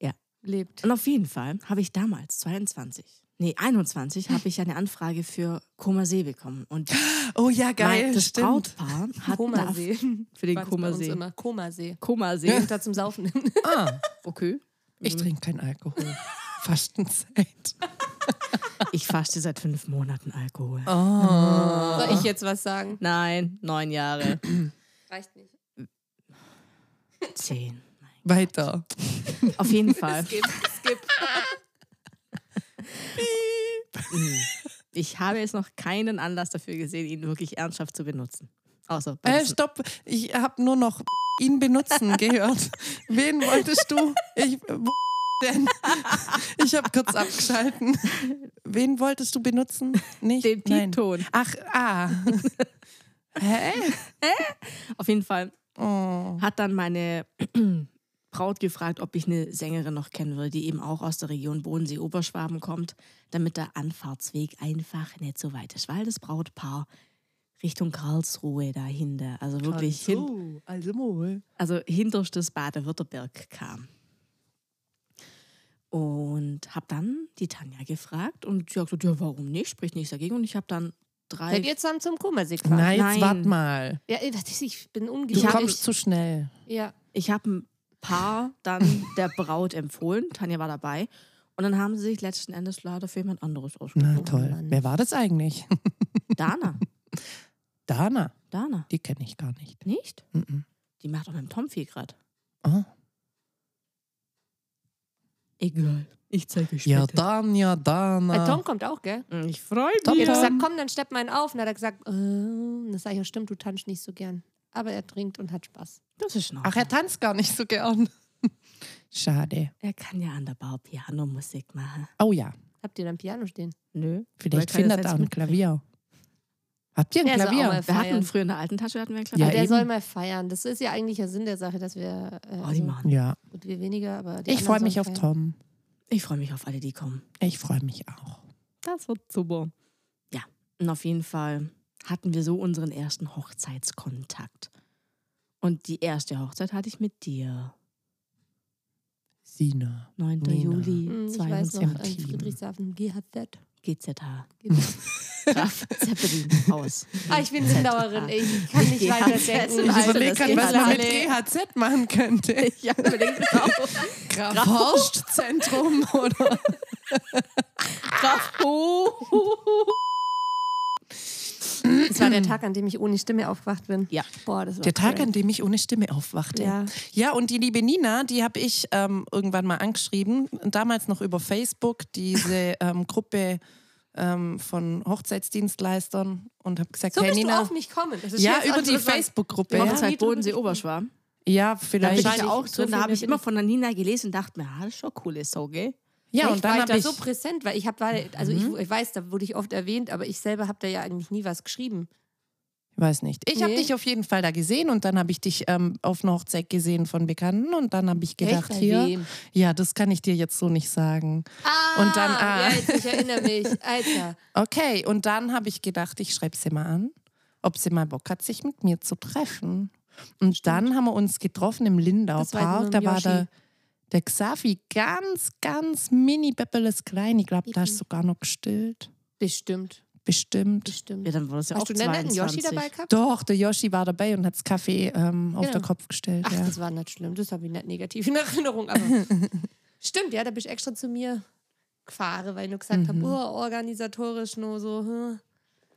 Ja.
lebt.
Und auf jeden Fall habe ich damals, 22, nee, 21, habe ich eine Anfrage für Komasee bekommen. Und
Oh ja,
mein,
geil,
das
stimmt.
Brautpaar hat
Komasee.
Da für den
War das bei uns
Komasee.
immer. Komasee.
Komasee,
Da
(laughs)
zum Saufen.
Ah,
okay.
ich trinke keinen Alkohol. Fastenzeit.
Ich faste seit fünf Monaten Alkohol.
Ah.
Soll ich jetzt was sagen?
Nein, neun Jahre,
Reicht nicht.
zehn.
Weiter.
Auf jeden Fall.
Skip, skip.
(laughs)
Ich habe jetzt noch keinen Anlass dafür gesehen, ihn wirklich ernsthaft zu benutzen. Außer bei
Äh,
diesen-
stopp, ich habe nur noch (laughs) ihn benutzen gehört. Wen wolltest du? Ich, wo (laughs) denn? Ich habe kurz abgeschalten. Wen wolltest du benutzen? Nicht?
den
Nein.
Piepton.
Ach,
(laughs)
ah. Hä?
Auf jeden Fall
Oh.
hat dann meine (clears throat) Braut gefragt, ob ich eine Sängerin noch kennen würde, die eben auch aus der Region Bodensee-Oberschwaben kommt, damit der Anfahrtsweg einfach nicht so weit ist, weil das Brautpaar Richtung Karlsruhe dahinter, also wirklich hin,
Oh, also Mohl.
also hinterstes Badewürttemberg kam. Und habe dann die Tanja gefragt und sie hat gesagt, ja, warum nicht, spricht nichts dagegen. Und ich habe dann drei...
Seid ihr zusammen zum Komasee gefahren?
Nein,
Nein.
jetzt wart mal.
Ja, ey, was ist, ich bin
Du
umgekehrt.
hab-
kommst
ich-
zu schnell.
ja.
Ich habe ein Paar (laughs) dann der Braut empfohlen. Tanja war dabei. Und dann haben sie sich letzten Endes leider für jemand anderes
Na
ausgesucht.
toll.
Mann.
Wer war das eigentlich?
Dana.
Dana.
Dana.
Die kenne ich gar nicht.
Nicht?
Mhm.
Die macht auch mit dem Tom viel gerade.
Ah.
Egal. Ich zeige euch
Ja,
später.
Dan, ja,
Äh,
Dana.
Tom kommt auch, gell?
Ich freue
Tom,
Ich
Ja.
habe gesagt, komm, dann stepp mal einen auf. Und dann hat er gesagt, äh, und das sag ich, ja stimmt, du tanzt nicht so gern. Aber er trinkt und hat Spaß.
Das ist noch.
Ach, er tanzt gar nicht so gern. (laughs) Schade.
er kann ja an der Bar Pianomusik machen.
Oh ja.
Habt ihr dann Piano stehen?
Nö.
Vielleicht
Weil kann das
findet er
jetzt
ein
mit-
Klavier. Habt ihr ein
Der ist auch
Klavier?
mal-
Wir hatten
Feiern.
früher in der alten Tasche hatten wir ein
Ja,
Klavier.
der
eben.
soll mal feiern. Das ist ja eigentlich der Sinn der Sache, dass wir. Äh,
oh, die
also,
machen.
ja.
gut, wir weniger, aber. Die
Ich
anderen
freue mich auf
sollen feiern.
Tom.
Ich freue mich auf alle, die kommen.
Ich freue mich auch.
Das wird super. Ja, und auf jeden Fall hatten wir so unseren ersten Hochzeitskontakt. Und die erste Hochzeit hatte ich mit dir.
Sina.
9.
Nina.
Juli
Hm, Ich weiß noch,
im
in
22.
Team.
Friedrichshafen, GHZ.
GZH.
(laughs)
GZ.
Graf (laughs) Zeppelin aus.
ah, ich bin Sindauerin, ey. ich kann nicht
GHZ.
weiter denken.
Ich
Ich
Also,
überlege
das
gerade, was
geht
man mit
alle.
GHZ machen könnte.
ja, unbedingt Graf.
Graf Horst-Zentrum oder
Graf.
Das
(laughs)
war der Tag, an dem ich ohne Stimme aufgewacht bin.
Ja.
Boah, das war
Hm. der Tag,
crazy.
an dem ich ohne Stimme aufwachte.
Ja.
Ja, und die liebe Nina, die habe ich ähm, irgendwann mal angeschrieben, damals noch über Facebook, diese ähm, Gruppe ähm, von Hochzeitsdienstleistern und habe gesagt,
So
hey
bist du
Nina,
auf mich kommen. Das ist
ja,
jetzt also
über die
interessant.
Facebook-Gruppe.
Ja.
Hochzeit Bodensee-Oberschwaben. Da
Ja,
bin ich
vielleicht.
Wahrscheinlich
auch
so
drin. Da
viel
habe ich
mehr
immer
bin ich-
von der Nina gelesen und dachte mir, ah, das ist schon eine coole Sau, gell?
Ja,
ich
und
war
dann
da
habe ich, Mhm.
so präsent, weil ich habe, also ich, ich weiß, da wurde ich oft erwähnt, aber ich selber habe da ja eigentlich nie was geschrieben.
ich weiß nicht, ich habe
Nee.
dich auf jeden Fall da gesehen und dann habe ich dich ähm, auf einer Hochzeit gesehen von Bekannten und dann habe ich gedacht,
Echt? Bei
hier,
wem?
ja, das kann ich dir jetzt so nicht sagen.
Ah,
Und dann, ah.
Ja, jetzt, ich erinnere mich. Alter.
Okay, und dann habe ich gedacht, ich schreibe sie mal an, ob sie mal Bock hat, sich mit mir zu treffen. Und dann haben wir uns getroffen im Lindau
Das war
Park.
mit
Da
dem
war
Yoshi.
der, der Xavi ganz, ganz mini beppeles klein. Ich glaube, da hast
Pipi.
du sogar noch gestillt.
Bestimmt,
Bestimmt.
bestimmt.
Ja, dann war das ja auch
Hast du einen netten
22.
Yoshi dabei gehabt?
Doch, der Yoshi war dabei und hat das Kaffee ähm, auf
Genau.
den Kopf gestellt.
Ach,
ja.
das war nicht schlimm. Das habe ich nicht negativ in Erinnerung. Aber
(laughs)
stimmt, ja, da bist du extra zu mir gefahren, weil ich nur gesagt habe,
Mhm.
oh, organisatorisch nur so. Hm.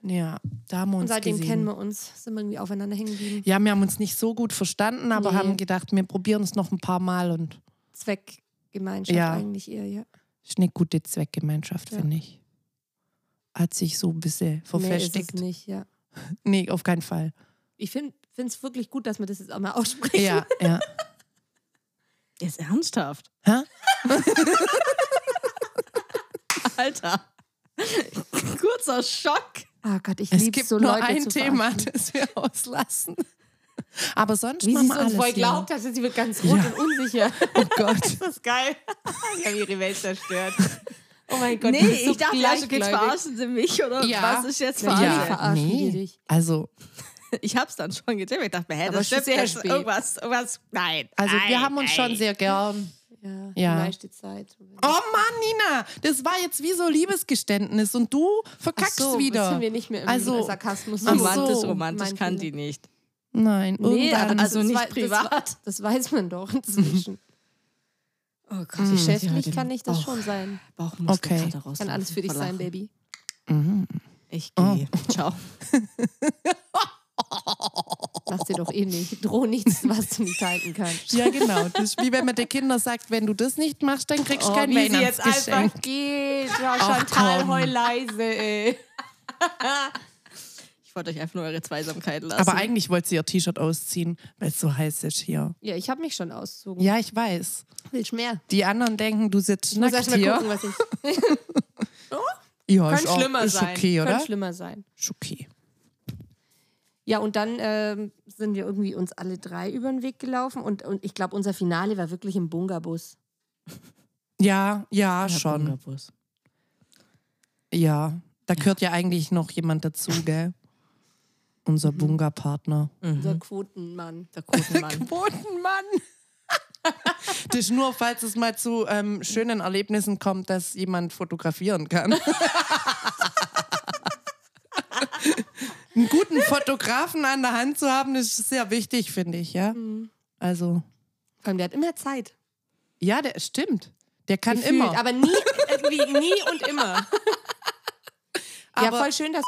ja, da haben wir uns
Und seitdem
gesehen.
kennen wir uns, sind wir irgendwie aufeinander hängen geblieben.
ja, wir haben uns nicht so gut verstanden, aber
Nee.
haben gedacht, wir probieren es noch ein paar Mal und
Zweckgemeinschaft
Ja.
eigentlich eher, ja.
ist eine gute Zweckgemeinschaft,
Ja.
finde ich. Hat sich so ein bisschen
Mehr ist
verfestigt.
es nicht, ja.
Nee, auf keinen Fall.
Ich finde es wirklich gut, dass wir das jetzt auch mal (laughs) aussprechen.
Ja,
(laughs)
ja.
Jetzt ernsthaft?
Hä?
(laughs) Alter. Kurzer Schock.
Ah Gott, ich
Es
liebe
gibt
so
nur
Leute
ein
zu
Thema,
verarschen.
das wir (laughs) auslassen. Aber sonst
Wie
machen
sie es
wir
uns
alles.
voll
hier.
glaubt, dass sie wird ganz rot
Ja.
und unsicher. (laughs)
Oh Gott.
Das ist geil. Die haben ihre Welt
(laughs)
zerstört.
Oh mein Gott,
nee,
die ist so
ich dachte, ja,
also
jetzt
gleichgläubig.
verarschen sie mich, oder?
Ja.
Was ist jetzt
Ja.
verarschen?
verarschen die dich.
Also,
Ich hab's dann schon gecheckt. Ich dachte mir, hä,
Aber
das
schon
stimmt
sehr
jetzt
spät.
irgendwas, irgendwas. Nein.
also
nein,
wir haben uns
nein.
schon sehr gern.
Ja,
Ja.
die meiste Zeit.
Oh Mann, Nina, das war jetzt wie so Liebesgeständnis und du
Ach
verkackst
so, jetzt
wieder.
sind wir nicht mehr im
Also,
Sarkasmus.
ach
Romantisch,
so,
romantisch
mein
kann die
Fehler.
nicht.
Nein,
Nee,
irgendwann.
aber
also
das
nicht
war- Das,
privat.
war, das weiß man doch inzwischen.
Oh Gott,
Geschäftlich kann ich das schon sein.
Bauchmuskel
Okay.
gerade raus.
Kann alles für dich sein, Baby. Oh.
Ich gehe. Ciao.
Mach's dir doch eh nicht. Droh nichts, (laughs) was du nicht halten kannst.
ja, genau. Das ist wie wenn man den Kindern sagt, wenn du das nicht machst, dann kriegst du kein
wie sie jetzt
Weihnachtsgeschenk.
einfach
geht. Ja,
Ach,
Chantal,
komm.
heul
(laughs)
leise, ey.
Ich wollte euch einfach nur eure Zweisamkeit lassen.
Aber eigentlich wollte sie ihr T-Shirt ausziehen, weil es so heiß ist hier.
Ja, ich hab mich schon auszogen.
Ja, ich weiß.
Willst mehr?
Die anderen denken, du sitzt
Ich muss
nackt
erst mal
hier.
gucken, was ich...
Ja,
Könnte
ist auch-
schlimmer
ist
sein.
okay, oder?
Könnte schlimmer sein.
Ist okay.
Ja, und dann ähm, sind wir irgendwie uns alle drei über den Weg gelaufen. Und, und ich glaube, unser Finale war wirklich im Bungabus.
Ja, ja, schon.
Bungabus.
Ja. Da gehört ja eigentlich noch jemand dazu, gell? Unser Bunga-Partner.
Unser Quotenmann.
Der
(laughs)
Quotenmann.
Botenmann! das ist nur, falls es mal zu ähm, schönen Erlebnissen kommt, dass jemand fotografieren kann. (laughs) Einen guten Fotografen an der Hand zu haben, ist sehr wichtig, finde ich, ja.
Mhm.
Also,
Vor allem, der hat immer Zeit.
ja, der stimmt. Der kann
Gefühlt,
immer.
Aber nie, irgendwie nie und immer. (laughs) ja,
Aber-
voll schön, dass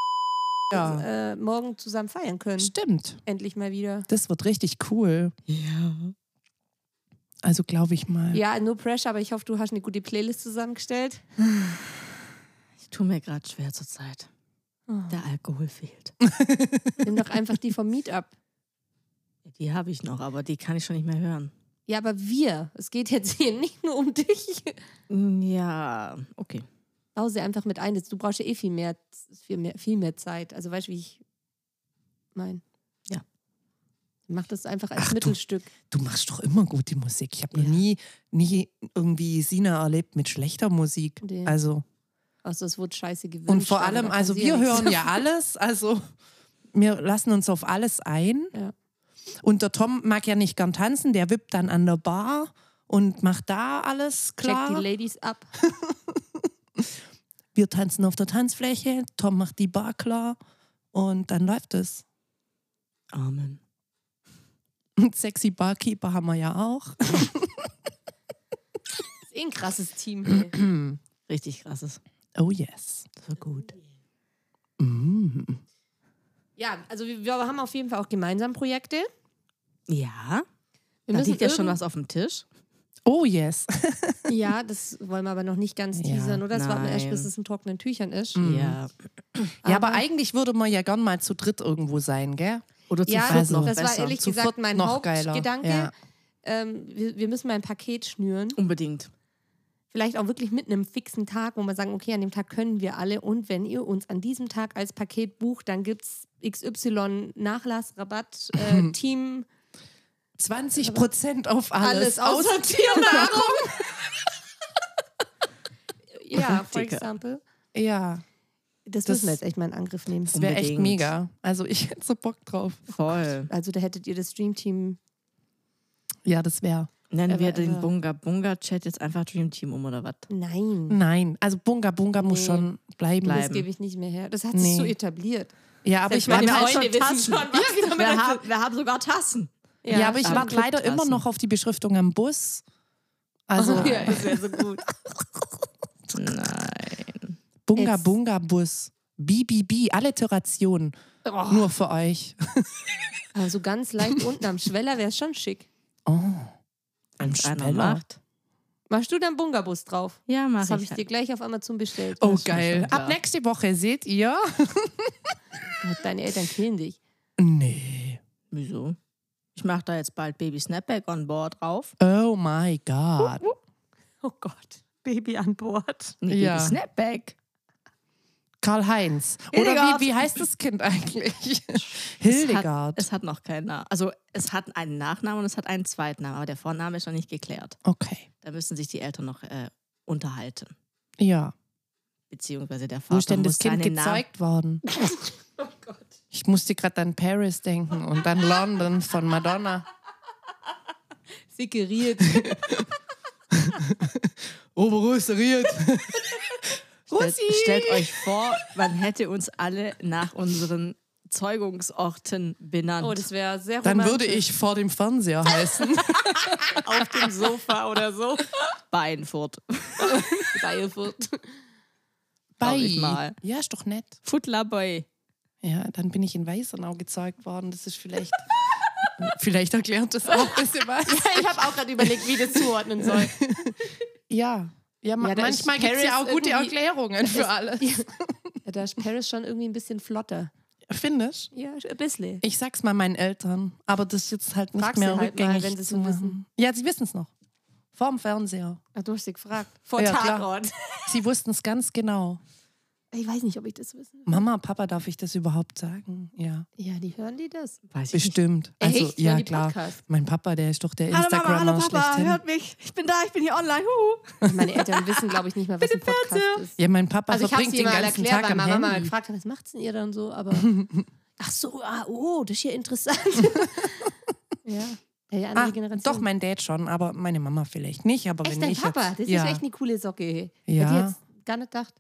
ja.
wir äh, morgen zusammen feiern können.
Stimmt.
Endlich mal wieder.
Das wird richtig cool.
(laughs) ja.
Also glaube ich mal.
Ja, no pressure, aber ich hoffe, du hast eine gute Playlist zusammengestellt.
Ich tue mir gerade schwer zur Zeit.
Ah.
Der Alkohol (laughs) fehlt.
Nimm doch einfach die vom Meetup.
Die habe ich noch, aber die kann ich schon nicht mehr hören.
Ja, aber wir. Es geht jetzt hier nicht nur um dich.
Mm, Ja, okay.
Bau sie einfach mit ein. Du brauchst ja eh viel mehr, viel mehr, viel mehr Zeit. Also weißt du, wie ich Nein.
Ja.
Mach das einfach als
Ach, du-
Mittelstück.
Du machst doch immer gute Musik. Ich habe noch
Ja.
nie, nie irgendwie Sina erlebt mit schlechter Musik.
Nee.
Also
Also es wurde scheiße gewünscht.
und vor
aber da
allem,
kann
also
sie
wir
nichts
hören
(laughs)
ja alles. Also wir lassen uns auf alles ein.
Ja.
Und der Tom mag ja nicht gern tanzen. Der wippt dann an der Bar und macht da alles
Check
klar.
die Ladies ab.
Wir tanzen auf der Tanzfläche. Tom macht die Bar klar und dann läuft es.
Amen.
Und sexy Barkeeper haben wir ja auch.
Ist eh ein krasses Team hier.
(clears throat)
Richtig krasses.
Oh yes.
Das war gut.
Mm.
Ja, also wir, wir haben auf jeden Fall auch gemeinsam Projekte.
Ja,
Wir
da
müssen
liegt ja schon
irgend-
was auf dem Tisch.
Oh yes.
Ja, das wollen wir aber noch nicht ganz
Ja,
teasern, oder? Das warten wir erst,
nein.
bis es in trockenen Tüchern ist.
Mhm.
Ja.
Ja, aber eigentlich würde man ja gern mal zu dritt irgendwo sein, gell?
Oder zu
ja,
viert
das,
noch
das war
besser.
ehrlich
Zu
gesagt
viert
mein
noch geiler.
Hauptgedanke.
Ja.
Ähm, wir, wir müssen mal ein Paket schnüren.
Unbedingt.
Vielleicht auch wirklich mit einem fixen Tag, wo wir sagen, okay, an dem Tag können wir alle. Und wenn ihr uns an diesem Tag als Paket bucht, dann gibt es XY Nachlass, Rabatt,
(laughs)
äh, Team,
20 Prozent auf alles,
alles außer
außer
Tiernahrung. (laughs) ja, for
Dicker.
example.
Ja,
Das,
Das-
müssen wir jetzt echt mal in Angriff nehmen.
das wäre echt
Unbedingt.
mega. Also ich hätte so Bock drauf.
Oh Voll.
Also da hättet ihr das Streamteam
Ja, das wäre.
Nennen
Aber-
wir den
aber-
Bunga Bunga Chat jetzt einfach Dream Team um oder was?
Nein.
Nein, also Bunga Bunga muss
Nee.
schon bleiben.
Bleiben.
Das gebe ich nicht mehr her. Das hat
Nee.
sich so etabliert.
Ja, aber
Selbst
ich war
meine
mir auch
Freunde
schon
wissen
Tassen.
schon, was
ja,
genau, Wir haben, wir haben sogar Tassen.
ja, aber ich
stimmt.
warte
(laughs)
leider immer noch auf die Beschriftung am Bus. Also
ja, das wäre so
(laughs)
gut.
Nein.
Bunga
Jetzt-
Bunga Bus. BBB, Alliteration.
Oh.
Nur für euch.
Aber so ganz (laughs) leicht unten am Schweller wäre es schon schick.
Oh. Am
Wenn's einer
Schweller.
macht.
Machst du dann Bungabus drauf?
Ja, mach
Das habe ich
halt.
dir gleich auf Amazon bestellt.
Oh,
ist mir
geil.
schon klar.
Ab nächste Woche seht ihr.
Gott, Deine Eltern killen dich.
Nee.
Wieso? Ich mache da jetzt bald Baby Snapback on Board drauf.
Oh my God.
Oh Gott. Baby an Bord.
Nee,
Ja.
Baby Snapback.
Karl-Heinz. Oder
Hildegard.
wie, wie heißt das Kind eigentlich?
Es hat,
Hildegard.
es hat noch keinen Namen. Also es hat einen Nachnamen und es hat einen Zweitnamen, aber der Vorname ist noch nicht geklärt.
Okay.
Da müssen sich die Eltern noch äh, unterhalten.
Ja.
Beziehungsweise der Vater
Wo ist denn
muss
das Kind
seinen Namen...
gezeigt
(laughs)
worden?
Oh
Ich musste gerade an Paris denken und an London von Madonna.
Sickeriert.
Oberösterreich.
Stellt, stellt euch vor, man hätte uns alle nach unseren Zeugungsorten benannt.
Oh, das wäre sehr
Dann
romantisch.
würde ich vor dem Fernseher
(laughs)
heißen.
auf dem Sofa oder (laughs) so. Beinfurt.
(laughs) Beierfurt.
Glaub ich mal.
Ja, ist doch nett.
Futlerboy.
Ja, dann bin ich in Weißenau gezeigt worden. Das ist
(laughs)
vielleicht. vielleicht erklärt das auch ein bisschen was.
Ich habe auch gerade überlegt, wie das zuordnen soll.
Ja. Ja, ma
Ja, da ist
manchmal gibt es ja auch
Paris
gute
irgendwie-
Erklärungen für alles.
(laughs) Ja, da ist Paris schon irgendwie ein bisschen flotter.
Findest?
Ja, ein bisschen.
Ich sag's mal meinen Eltern, aber das ist jetzt halt nicht
Frag sie
mehr
halt mal,
rückgängig
wenn sie es
zu
so
machen.
wissen.
Ja, sie wissen es noch. Vorm Fernseher.
Ach, du hast sie gefragt. Vor
Ja, klar.
Tatort.
Sie wussten es ganz genau.
Ich weiß nicht, ob ich das wissen
Mama, Papa, darf ich das überhaupt sagen? Ja,
will. Ja, die hören die das.
Weiß ich nicht.
bestimmt. Also
Echt? Hören
ja
die
klar.
Podcast?
Mein Papa, der ist doch der Instagrammer schlechthin.
mich. Ich bin da, ich bin hier online. Huhu.
Meine Eltern wissen, glaube ich, nicht mal, was ein Podcast ist.
ja, mein Papa
Also ich habe
verbringt
sie
den
mal
ganzen
erklärt,
Tag
weil
am
meine Mama mal
Handy.
gefragt hat, was macht's denn ihr dann so?
(laughs)
Aber ach so, ah, oh, das ist ja interessant. ja. ja, ja, andere
Ah,
Generation.
doch, mein Dad schon, aber meine Mama vielleicht nicht. Aber
Echt
wenn
dein
ich
Papa?
jetzt,
Das
ja.
ist echt eine coole Socke.
Ja.
Hätte ich jetzt gar nicht gedacht.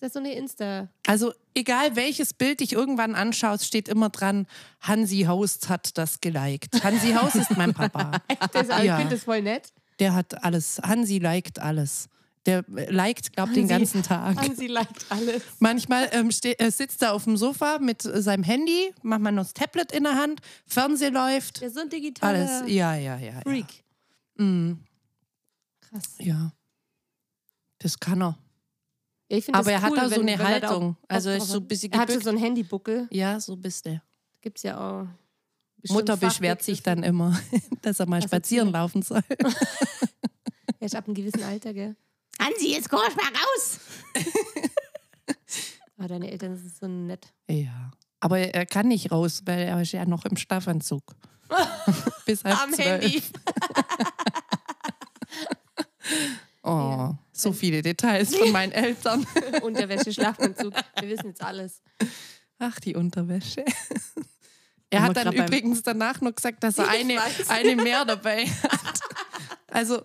Das ist so
(laughs)
eine Insta.
Also egal welches Bild dich irgendwann anschaust, steht immer dran, Hansi Haust hat das geliked. Hansi Haust ist mein
(laughs)
Papa.
Das, also
Ja.
Ich finde das voll
(laughs)
nett.
Der hat alles. Hansi liked alles. Der äh, liked, glaub, den
Hansi-
ganzen Tag.
Hansi liked alles.
Manchmal ähm, ste- äh, sitzt er auf dem Sofa mit äh, seinem Handy, manchmal noch das Tablet in der Hand, Fernseher läuft,
Der ist so ein digitaler
alles. Ja, ja, ja. Ja.
Freak.
Mhm.
Krass.
ja. Das kann er.
Ja, ich find
Aber
das
er hat
cool,
da so
wenn-
eine
wenn man da auch
Haltung.
Bock
Also er ist
drauf
so ein
hat.
bisschen
Er hatte
gebückt.
so einen Handybuckel.
Ja, so bist du.
Gibt's ja auch. bestimmt
Mutter beschwert
Fachbegriffe.
sich dann immer, (laughs) dass er mal
Was hat sie
spazieren
denn?
laufen soll. (laughs)
Er ist ab einem gewissen Alter, gell?
Hansi, jetzt komm mal raus.
Ah, Aber deine Eltern sind so nett.
Ja. Aber er kann nicht raus, weil er ist ja noch im (laughs) Staffanzug. Bis halb
Am
zwölf.
Handy.
(laughs) Oh, so viele Details von meinen Eltern.
Unterwäsche, Schlafanzug. Wir wissen jetzt alles.
Ach, die
(laughs)
Unterwäsche. Er
Wenn
hat
wir
dann
grad beim-
übrigens danach noch gesagt, dass er
Ich
eine,
weiß.
eine mehr dabei hat. Also,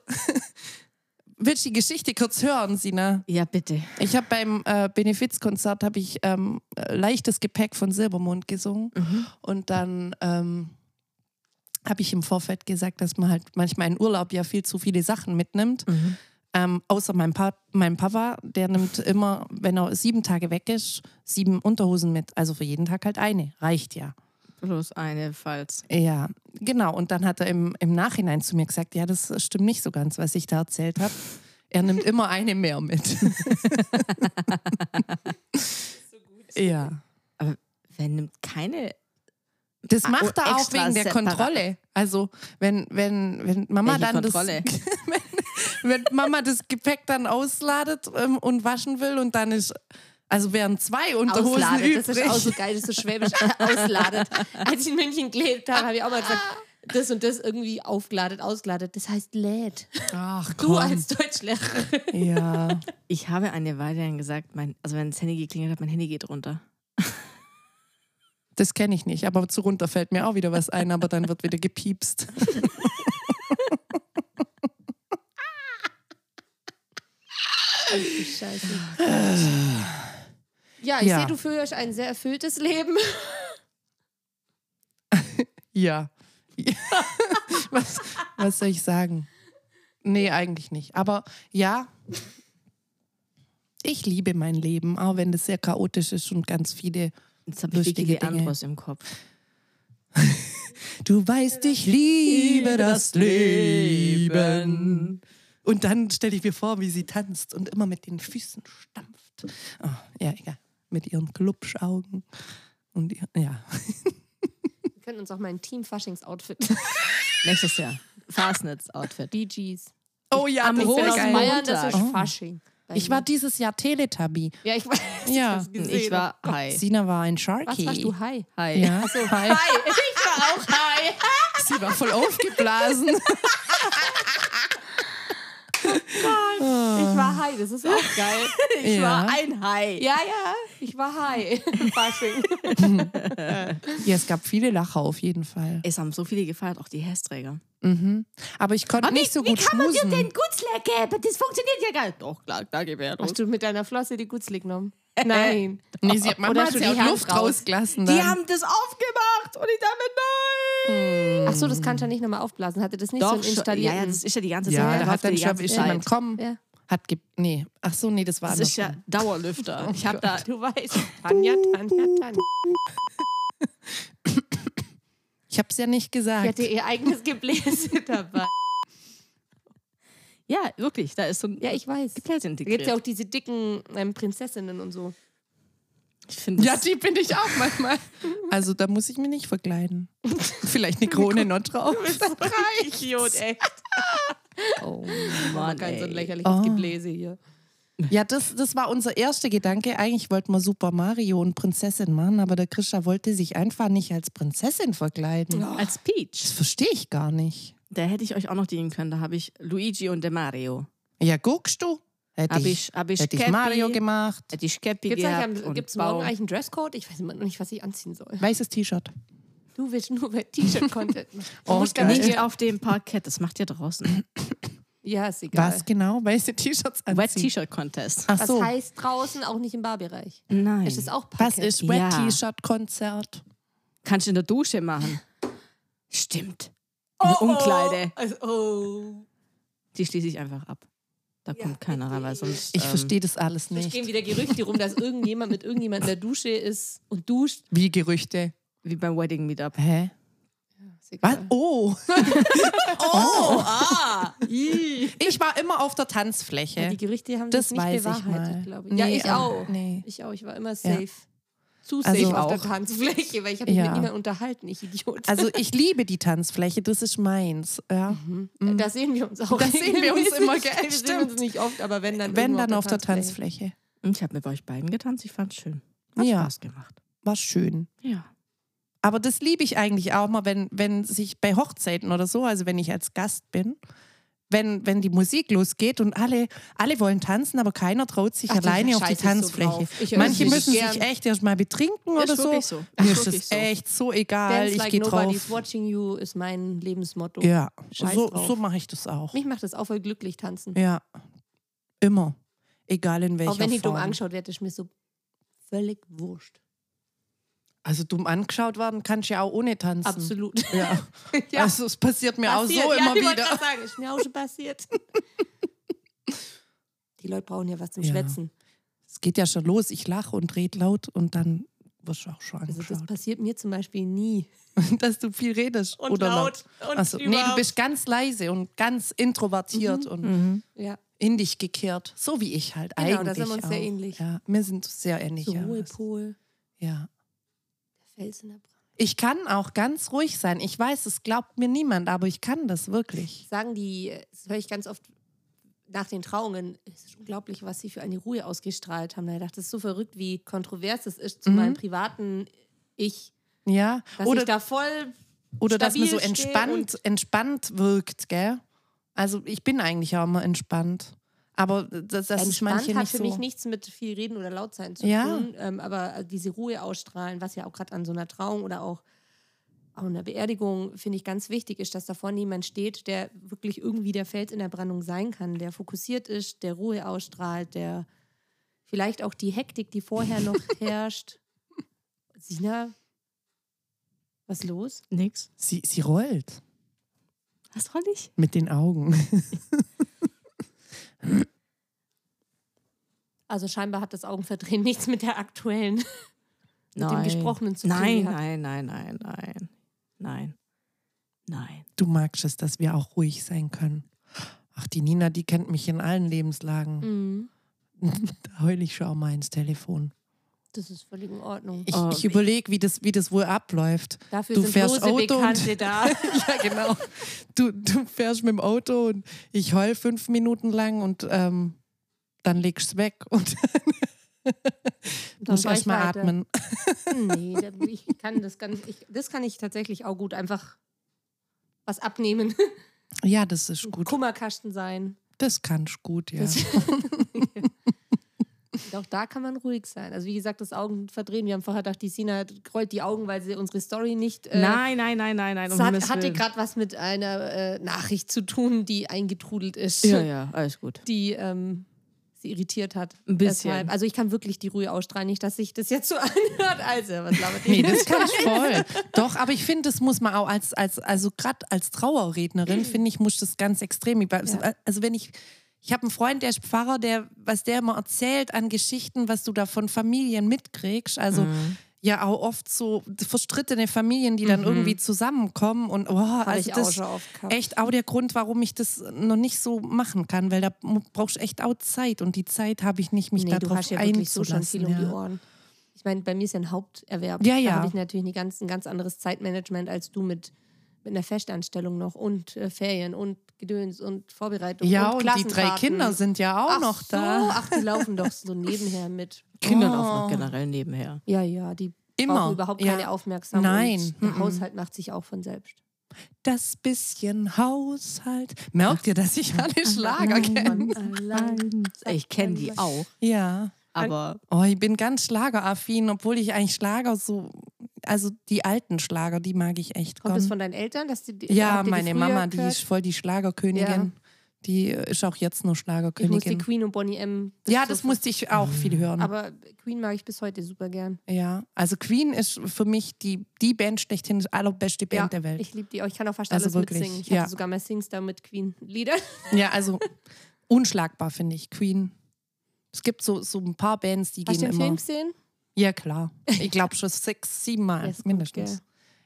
(laughs) willst du die Geschichte kurz hören, Sina?
Ja, bitte.
Ich habe beim äh, Benefizkonzert habe ich ähm, äh, leichtes Gepäck von Silbermond gesungen und dann ähm, habe ich im Vorfeld gesagt, dass man halt manchmal in Urlaub ja viel zu viele Sachen mitnimmt. Ähm, außer mein, pa mein Papa, der nimmt immer, wenn er sieben Tage weg ist, sieben Unterhosen mit. Also für jeden Tag halt eine. Reicht ja.
Bloß eine, falls.
Ja, genau. Und dann hat er im, im Nachhinein zu mir gesagt, ja, das stimmt nicht so ganz, was ich da erzählt habe. Er nimmt immer eine mehr mit. (laughs) Ja.
Wer nimmt keine?
Das
Ah,
macht er auch
extra
wegen der
separat.
Kontrolle. Also wenn, wenn, wenn Mama
Welche
dann
Kontrolle?
das (laughs) wenn, wenn Mama das Gepäck dann ausladet ähm, und waschen will und dann ist also wären zwei Unterhosen
Ausladet.
übrig.
Das ist auch so geil, das ist so schwäbisch ausladet. Als ich in München gelebt habe, habe ich auch mal gesagt, das und das irgendwie aufgeladet, ausgeladet. Das heißt lädt.
Ach
Du als Deutschlehrer.
ja.
Ich habe eine Weile lang gesagt, mein, also wenn das Handy geklingelt hat, mein Handy geht runter.
Das kenne ich nicht, aber zu runter fällt mir auch wieder was ein, aber dann wird wieder gepiepst.
Scheiße. Ja, ich
Ja.
sehe, du führst ein sehr erfülltes Leben.
Ja. (laughs) was, was soll ich sagen? Nee, eigentlich nicht. Aber ja, ich liebe mein Leben, auch wenn das sehr chaotisch ist und ganz viele.
Jetzt habe ich
Lustige
Vicky
Dinge.
Leandros im Kopf.
Du weißt, ich liebe das Leben. Und dann stelle ich mir vor, wie sie tanzt und immer mit den Füßen stampft. Oh, ja, egal. Mit ihren Glubschaugen. Und ihr, ja.
Wir können uns auch mein Team Faschings-Outfit.
Nächstes Jahr. (laughs) Fastnetz-Outfit.
Bee Gees.
Oh ja,
Ah,
Am
das ist
roten
Aus
geil.
Bayern, das ist
Oh.
Fasching. Bei
Ich
mir.
war dieses Jahr Teletubby.
Ja, ich war.
Ja.
Ich hab's gesehen.
Ich war high.
Sina war ein
Was
Sharky.
warst du? Hi.
Hi.
Ja. hi.
Hi. Ich war auch hi.
(laughs) Sie war voll aufgeblasen.
Ich war hi. Das ist auch geil.
Ich
Ja.
war ein High.
Ja, ja. Ich war hi. (laughs) Fasching.
Ja, es gab viele Lacher auf jeden Fall.
Es haben so viele gefeiert, auch die Hästräger.
Aber ich konnte nicht so gut schmusen.
Gutzler geben? Das funktioniert ja gar nicht. Doch, klar, da gebe ich
Hast du mit deiner Flosse die Gutzli genommen? Nein.
Nee, sie hat
Oder
manchmal hat
hast du
sie
die
auch
Hand
Luft
raus?
rausgelassen.
Die
Dann.
haben das aufgemacht und ich dachte, nein.
Ach so, das kann ich ja nicht nochmal aufblasen. Hatte das nicht so
Doch,
einen
schon. ja, ja,
installierten.
das ist ja die ganze Zeit.
ja, da
läuft
hat dann
die
schon
ganze
ist
Zeit.
jemand kommen.
Ja.
Hat ge nee. Ach so, nee, das war
Das ist ja
andersrum.
Dauerlüfter. (laughs) Ich habe da.
du weißt. Tanja, Tanja, Tanja.
Ich hab's ja nicht
Die
gesagt.
hatte ihr eigenes Gebläse dabei.
Ja, wirklich, da ist so ein
Ja, ich weiß. Da
Gebläse
gibt
integriert.
es ja auch diese dicken ähm, Prinzessinnen und so.
ich finde
Ja,
das-
die bin ich auch manchmal. Also da muss ich mich nicht (laughs) verkleiden. Vielleicht eine Krone noch drauf.
(laughs) Idiot, ey.
(laughs)
Oh
Mann,
Mann,
kein so ein
ey.
lächerliches
Oh.
Gebläse hier.
Ja, das, das war unser erster Gedanke. Eigentlich wollten wir Super Mario und Prinzessin machen, aber der Grisha wollte sich einfach nicht als Prinzessin
(laughs)
verkleiden.
Als Peach.
Das verstehe ich gar nicht.
Da hätte ich euch auch noch dienen können. Da habe ich Luigi und der Mario.
Ja, guckst du? Hätte
Hab
ich,
ich- hab ich
hätte ich
Cappy.
Mario gemacht.
Hätte ich Käppi
Gibt
gehabt
es
und
gibt's
Baum.
morgen eigentlich einen Dresscode? Ich weiß immer noch nicht, was ich anziehen soll.
Weißes T-Shirt.
Du willst nur bei T-Shirt-Content machen.
(laughs)
Du
Oh,
musst
geil.
ganz
Nicht
viel-
auf dem Parkett, das macht ihr (laughs) draußen.
Ja, ist egal.
Was genau? Weiße T-Shirts anziehen.
Wet T-Shirt Contest.
Ach
Was
so. Hm.
heißt draußen auch nicht im Barbereich?
Nein.
Ist das auch
Was
Parkett?
ist Wet
Ja.
T-Shirt Konzert?
Kannst du in der Dusche machen. Stimmt. Eine Umkleide.
Also, oh.
Die schließe ich einfach ab. Da kommt keiner rein, weil sonst.
Ich
ähm,
verstehe das alles
Es
nicht.
gehen wieder Gerüchte rum, dass irgendjemand mit irgendjemand in der Dusche ist und duscht.
Wie Gerüchte.
Wie beim Wedding Meetup.
Hä?
Ist egal.
Was? Oh. (laughs) oh.
Ah,
(laughs) Ich war immer auf der
Ja,
Tanzfläche.
die Gerüchte haben
Das
das, nicht
weiß ich mal.
bewahrheitet, glaube ich. ja,
Nee,
ich
aber-
auch.
nee.
Ich auch. Ich war immer safe. Zu safe
Also
auf
auch.
der Tanzfläche, weil ich habe mich
Ja.
mit niemandem unterhalten, ich Idiot.
Also ich liebe die Tanzfläche, das ist meins.
(laughs)
Ja.
da sehen wir uns auch.
Ähm, Da sehen wir uns immer, gell?
(laughs) Wir sehen uns
Stimmt.
nicht oft, aber wenn dann
Wenn
irgendwo
dann auf der Tanzfläche.
Ich habe mit euch beiden getanzt, ich fand's schön. Hat
Ja.
Spaß gemacht.
war schön.
Ja.
Aber das liebe ich eigentlich auch mal, wenn, wenn sich bei Hochzeiten oder so, also wenn ich als Gast bin, wenn, wenn die Musik losgeht und alle, alle wollen tanzen, aber keiner traut sich
Ach, da
alleine auf die
scheiß ich so
Tanzfläche.
drauf. Ich-
Manche
ich-
müssen
gern.
sich echt erstmal betrinken oder
ist
so.
wirklich so. Ist
Mir ist
wirklich
das
so.
echt so egal.
Dance
ich
like
gehe
nobody's
drauf.
watching you ist mein Lebensmotto.
Ja,
Scheiß
so,
drauf.
so mache ich das auch.
Mich macht das auch voll glücklich tanzen.
Ja, immer. Egal in welcher
auch wenn ich dumm
Form.
angeschaut werde, ist mir so völlig
(laughs)
wurscht.
Also dumm angeschaut werden kannst du ja auch ohne tanzen.
Absolut.
Ja.
(laughs) Ja.
Also es passiert mir
Passiert.
auch so
ja,
immer
ich wollte
wieder.
grad sagen, ist mir auch
(laughs)
schon passiert. Die Leute brauchen ja was zum
Ja.
Schwätzen.
Es geht ja schon los, ich lache und red laut und dann wirst du auch schon
Also das
angeschaut.
passiert mir zum Beispiel nie.
dass du viel redest
Und
oder
laut.
laut.
Und
Achso, nee, du
überhaupt.
bist ganz leise und ganz introvertiert und
Mhm.
Ja.
in dich gekehrt, so wie ich halt
Mhm. Genau,
eigentlich.
da sind wir uns
auch.
sehr ähnlich.
Ja, wir sind sehr ähnlich.
So
ja.
Ruhepol,
ja.
der Fels in der Brand.
Ich kann auch ganz ruhig sein. Ich weiß, es glaubt mir niemand, aber ich kann das wirklich.
Sagen die, das höre ich ganz oft nach den Trauungen, es ist unglaublich, was sie für eine Ruhe ausgestrahlt haben. Da dachte ich, das ist so verrückt, wie kontrovers es ist zu
Mhm.
meinem privaten Ich.
Ja,
Dass
oder
ich da voll
Oder dass man so
stabil steh
entspannt, entspannt wirkt, gell? Also ich bin eigentlich auch immer entspannt. Aber das, das ist
entspannt
manche
hat
nicht
für
so.
mich nichts mit viel reden oder laut sein zu
Ja.
tun. Ähm, aber diese Ruhe ausstrahlen, was ja auch gerade an so einer Trauung oder auch auch in der Beerdigung finde ich ganz wichtig ist, dass da vorne jemand steht, der wirklich irgendwie der Fels in der Brandung sein kann, der fokussiert ist, der Ruhe ausstrahlt, der vielleicht auch die Hektik, die (laughs) vorher noch herrscht. Sina, was los?
Nix.
Sie, sie rollt
Was roll ich?
mit den Augen. (laughs)
Also scheinbar hat das Augenverdrehen (laughs) nichts mit der aktuellen Mit dem Gesprochenen zu tun
Nein,
gehabt.
nein, nein, nein, nein. Nein. Nein.
Du magst es, dass wir auch ruhig sein können. Ach, die Nina, die kennt mich in allen Lebenslagen.
Mhm.
Da heul ich schon auch mal ins Telefon.
Das ist völlig in Ordnung.
Ich,
Oh,
ich überlege, wie das, wie das wohl abläuft.
Dafür
du
sind
fährst
bloße
Auto und-
Bekannte
(laughs)
da.
ja, genau. Du, du fährst mit dem Auto und ich heul fünf Minuten lang und ähm, dann legst du es weg und (laughs)
Dann
musst
fahr ich
erstmal
weiter.
atmen.
Nee, da, ich kann das ganz, ich, das kann ich tatsächlich auch gut einfach was abnehmen. (laughs)
Ja, das ist gut.
Kummerkasten sein.
Das kannst gut, ja.
Das- Und auch da kann man ruhig sein. Also wie gesagt, das Augenverdrehen. Wir haben vorher gedacht, die Sina rollt die Augen, weil sie unsere Story nicht. Äh,
nein, nein, nein, nein, nein.
es
um
hat,
Himmels
hatte
Willen.
gerade was mit einer äh, Nachricht zu tun, die eingetrudelt ist,
Ja, ja, alles gut.
die ähm, sie irritiert hat.
Ein bisschen.
Deshalb. Also ich kann wirklich die Ruhe ausstrahlen, nicht, dass sich das jetzt so (laughs) anhört. Also, was labert
(laughs)
die?
Nee, das kann ich voll. Doch, aber ich finde, das muss man auch als, als also gerade als Trauerrednerin, finde ich, muss das ganz extrem. über-
Ja.
Also wenn ich, ich habe einen Freund, der ist Pfarrer, der, was der immer erzählt an Geschichten, was du da von Familien mitkriegst, also
Mhm.
ja auch oft so verstrittene Familien, die dann irgendwie zusammenkommen und oh, also
ich auch
das
schon oft gehabt.
echt auch der Grund, warum ich das noch nicht so machen kann, weil da mu- brauchst du echt auch Zeit und die Zeit habe ich nicht, mich
nee,
da
du
drauf
hast ja wirklich so schon
einzulassen.
viel um die
ja.
Ohren. Ich meine, bei mir ist ja ein Haupterwerb.
Ja, ja.
Da habe ich natürlich ein ganz, ein ganz anderes Zeitmanagement als du mit, mit einer Festanstellung noch und äh, Ferien und Gedöns und Vorbereitung.
Ja,
und,
und die drei
Klassenfahrten.
Kinder sind ja auch
ach
noch
so,
da.
Ach, die laufen doch so nebenher mit.
Kinder laufen auch generell nebenher.
Ja, ja, die
Immer.
brauchen überhaupt
Ja.
keine Aufmerksamkeit.
Nein.
Und der
Mhm.
Haushalt macht sich auch von selbst.
Das bisschen Haushalt. Merkt ihr, dass ich
(laughs)
alle Schlager
Mhm.
kenne?
Ich kenne die auch,
Ja.
aber
Oh, ich bin ganz schlageraffin, obwohl ich eigentlich Schlager so. Also die alten Schlager, die mag ich echt.
Kommt
gern.
das von deinen Eltern? Dass die, die-
ja,
habt ihr die
meine
früher
Mama, die
gehört?
ist voll die Schlagerkönigin.
Ja.
Die äh, ist auch jetzt nur
Ich musste
Schlagerkönigin.
Queen und Bonnie M. bis
Ja,
zur
das musste ich auch viel hören.
Aber Queen mag ich bis heute super gern.
ja, also Queen ist für mich die, die Band schlechthin, die allerbeste Band
ja,
der Welt.
Ich liebe die auch. Ich kann auch fast
Also
alles
wirklich,
mitsingen. Ich
ja.
hatte sogar mal Singstar mit Queen-Lieder.
Ja, also unschlagbar finde ich Queen. Es gibt so, so ein paar Bands, die
Hast du
gehen
den
immer.
Film gesehen?
Ja, klar. Ich glaube schon sechs, sieben Mal
Ja, ist gut,
mindestens.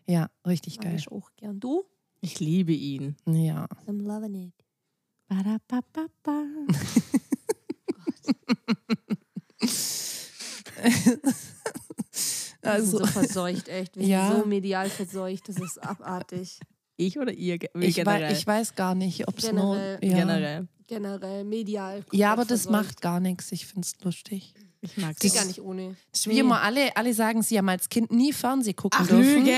ja, richtig
Mag
geil.
ich auch gern. Du?
ich liebe ihn.
Ja.
I'm loving it.
Ba-da-ba-ba-ba.
Also.
Also,
So verseucht, echt.
(laughs)
Wir
Ja.
sind so medial verseucht. Das ist abartig.
Ich oder ihr ge-
ich,
generell?
wei ich weiß gar nicht, ob es nur.
Generell.
Ja.
generell.
Generell medial.
ja,
komplett
aber das
verseucht.
macht gar nichts. Ich finde es lustig.
Ich mag
Geht gar nicht ohne.
Das ist Wie immer alle, alle sagen, sie haben als Kind nie Fernseh gucken
Ach,
dürfen.
Lüge!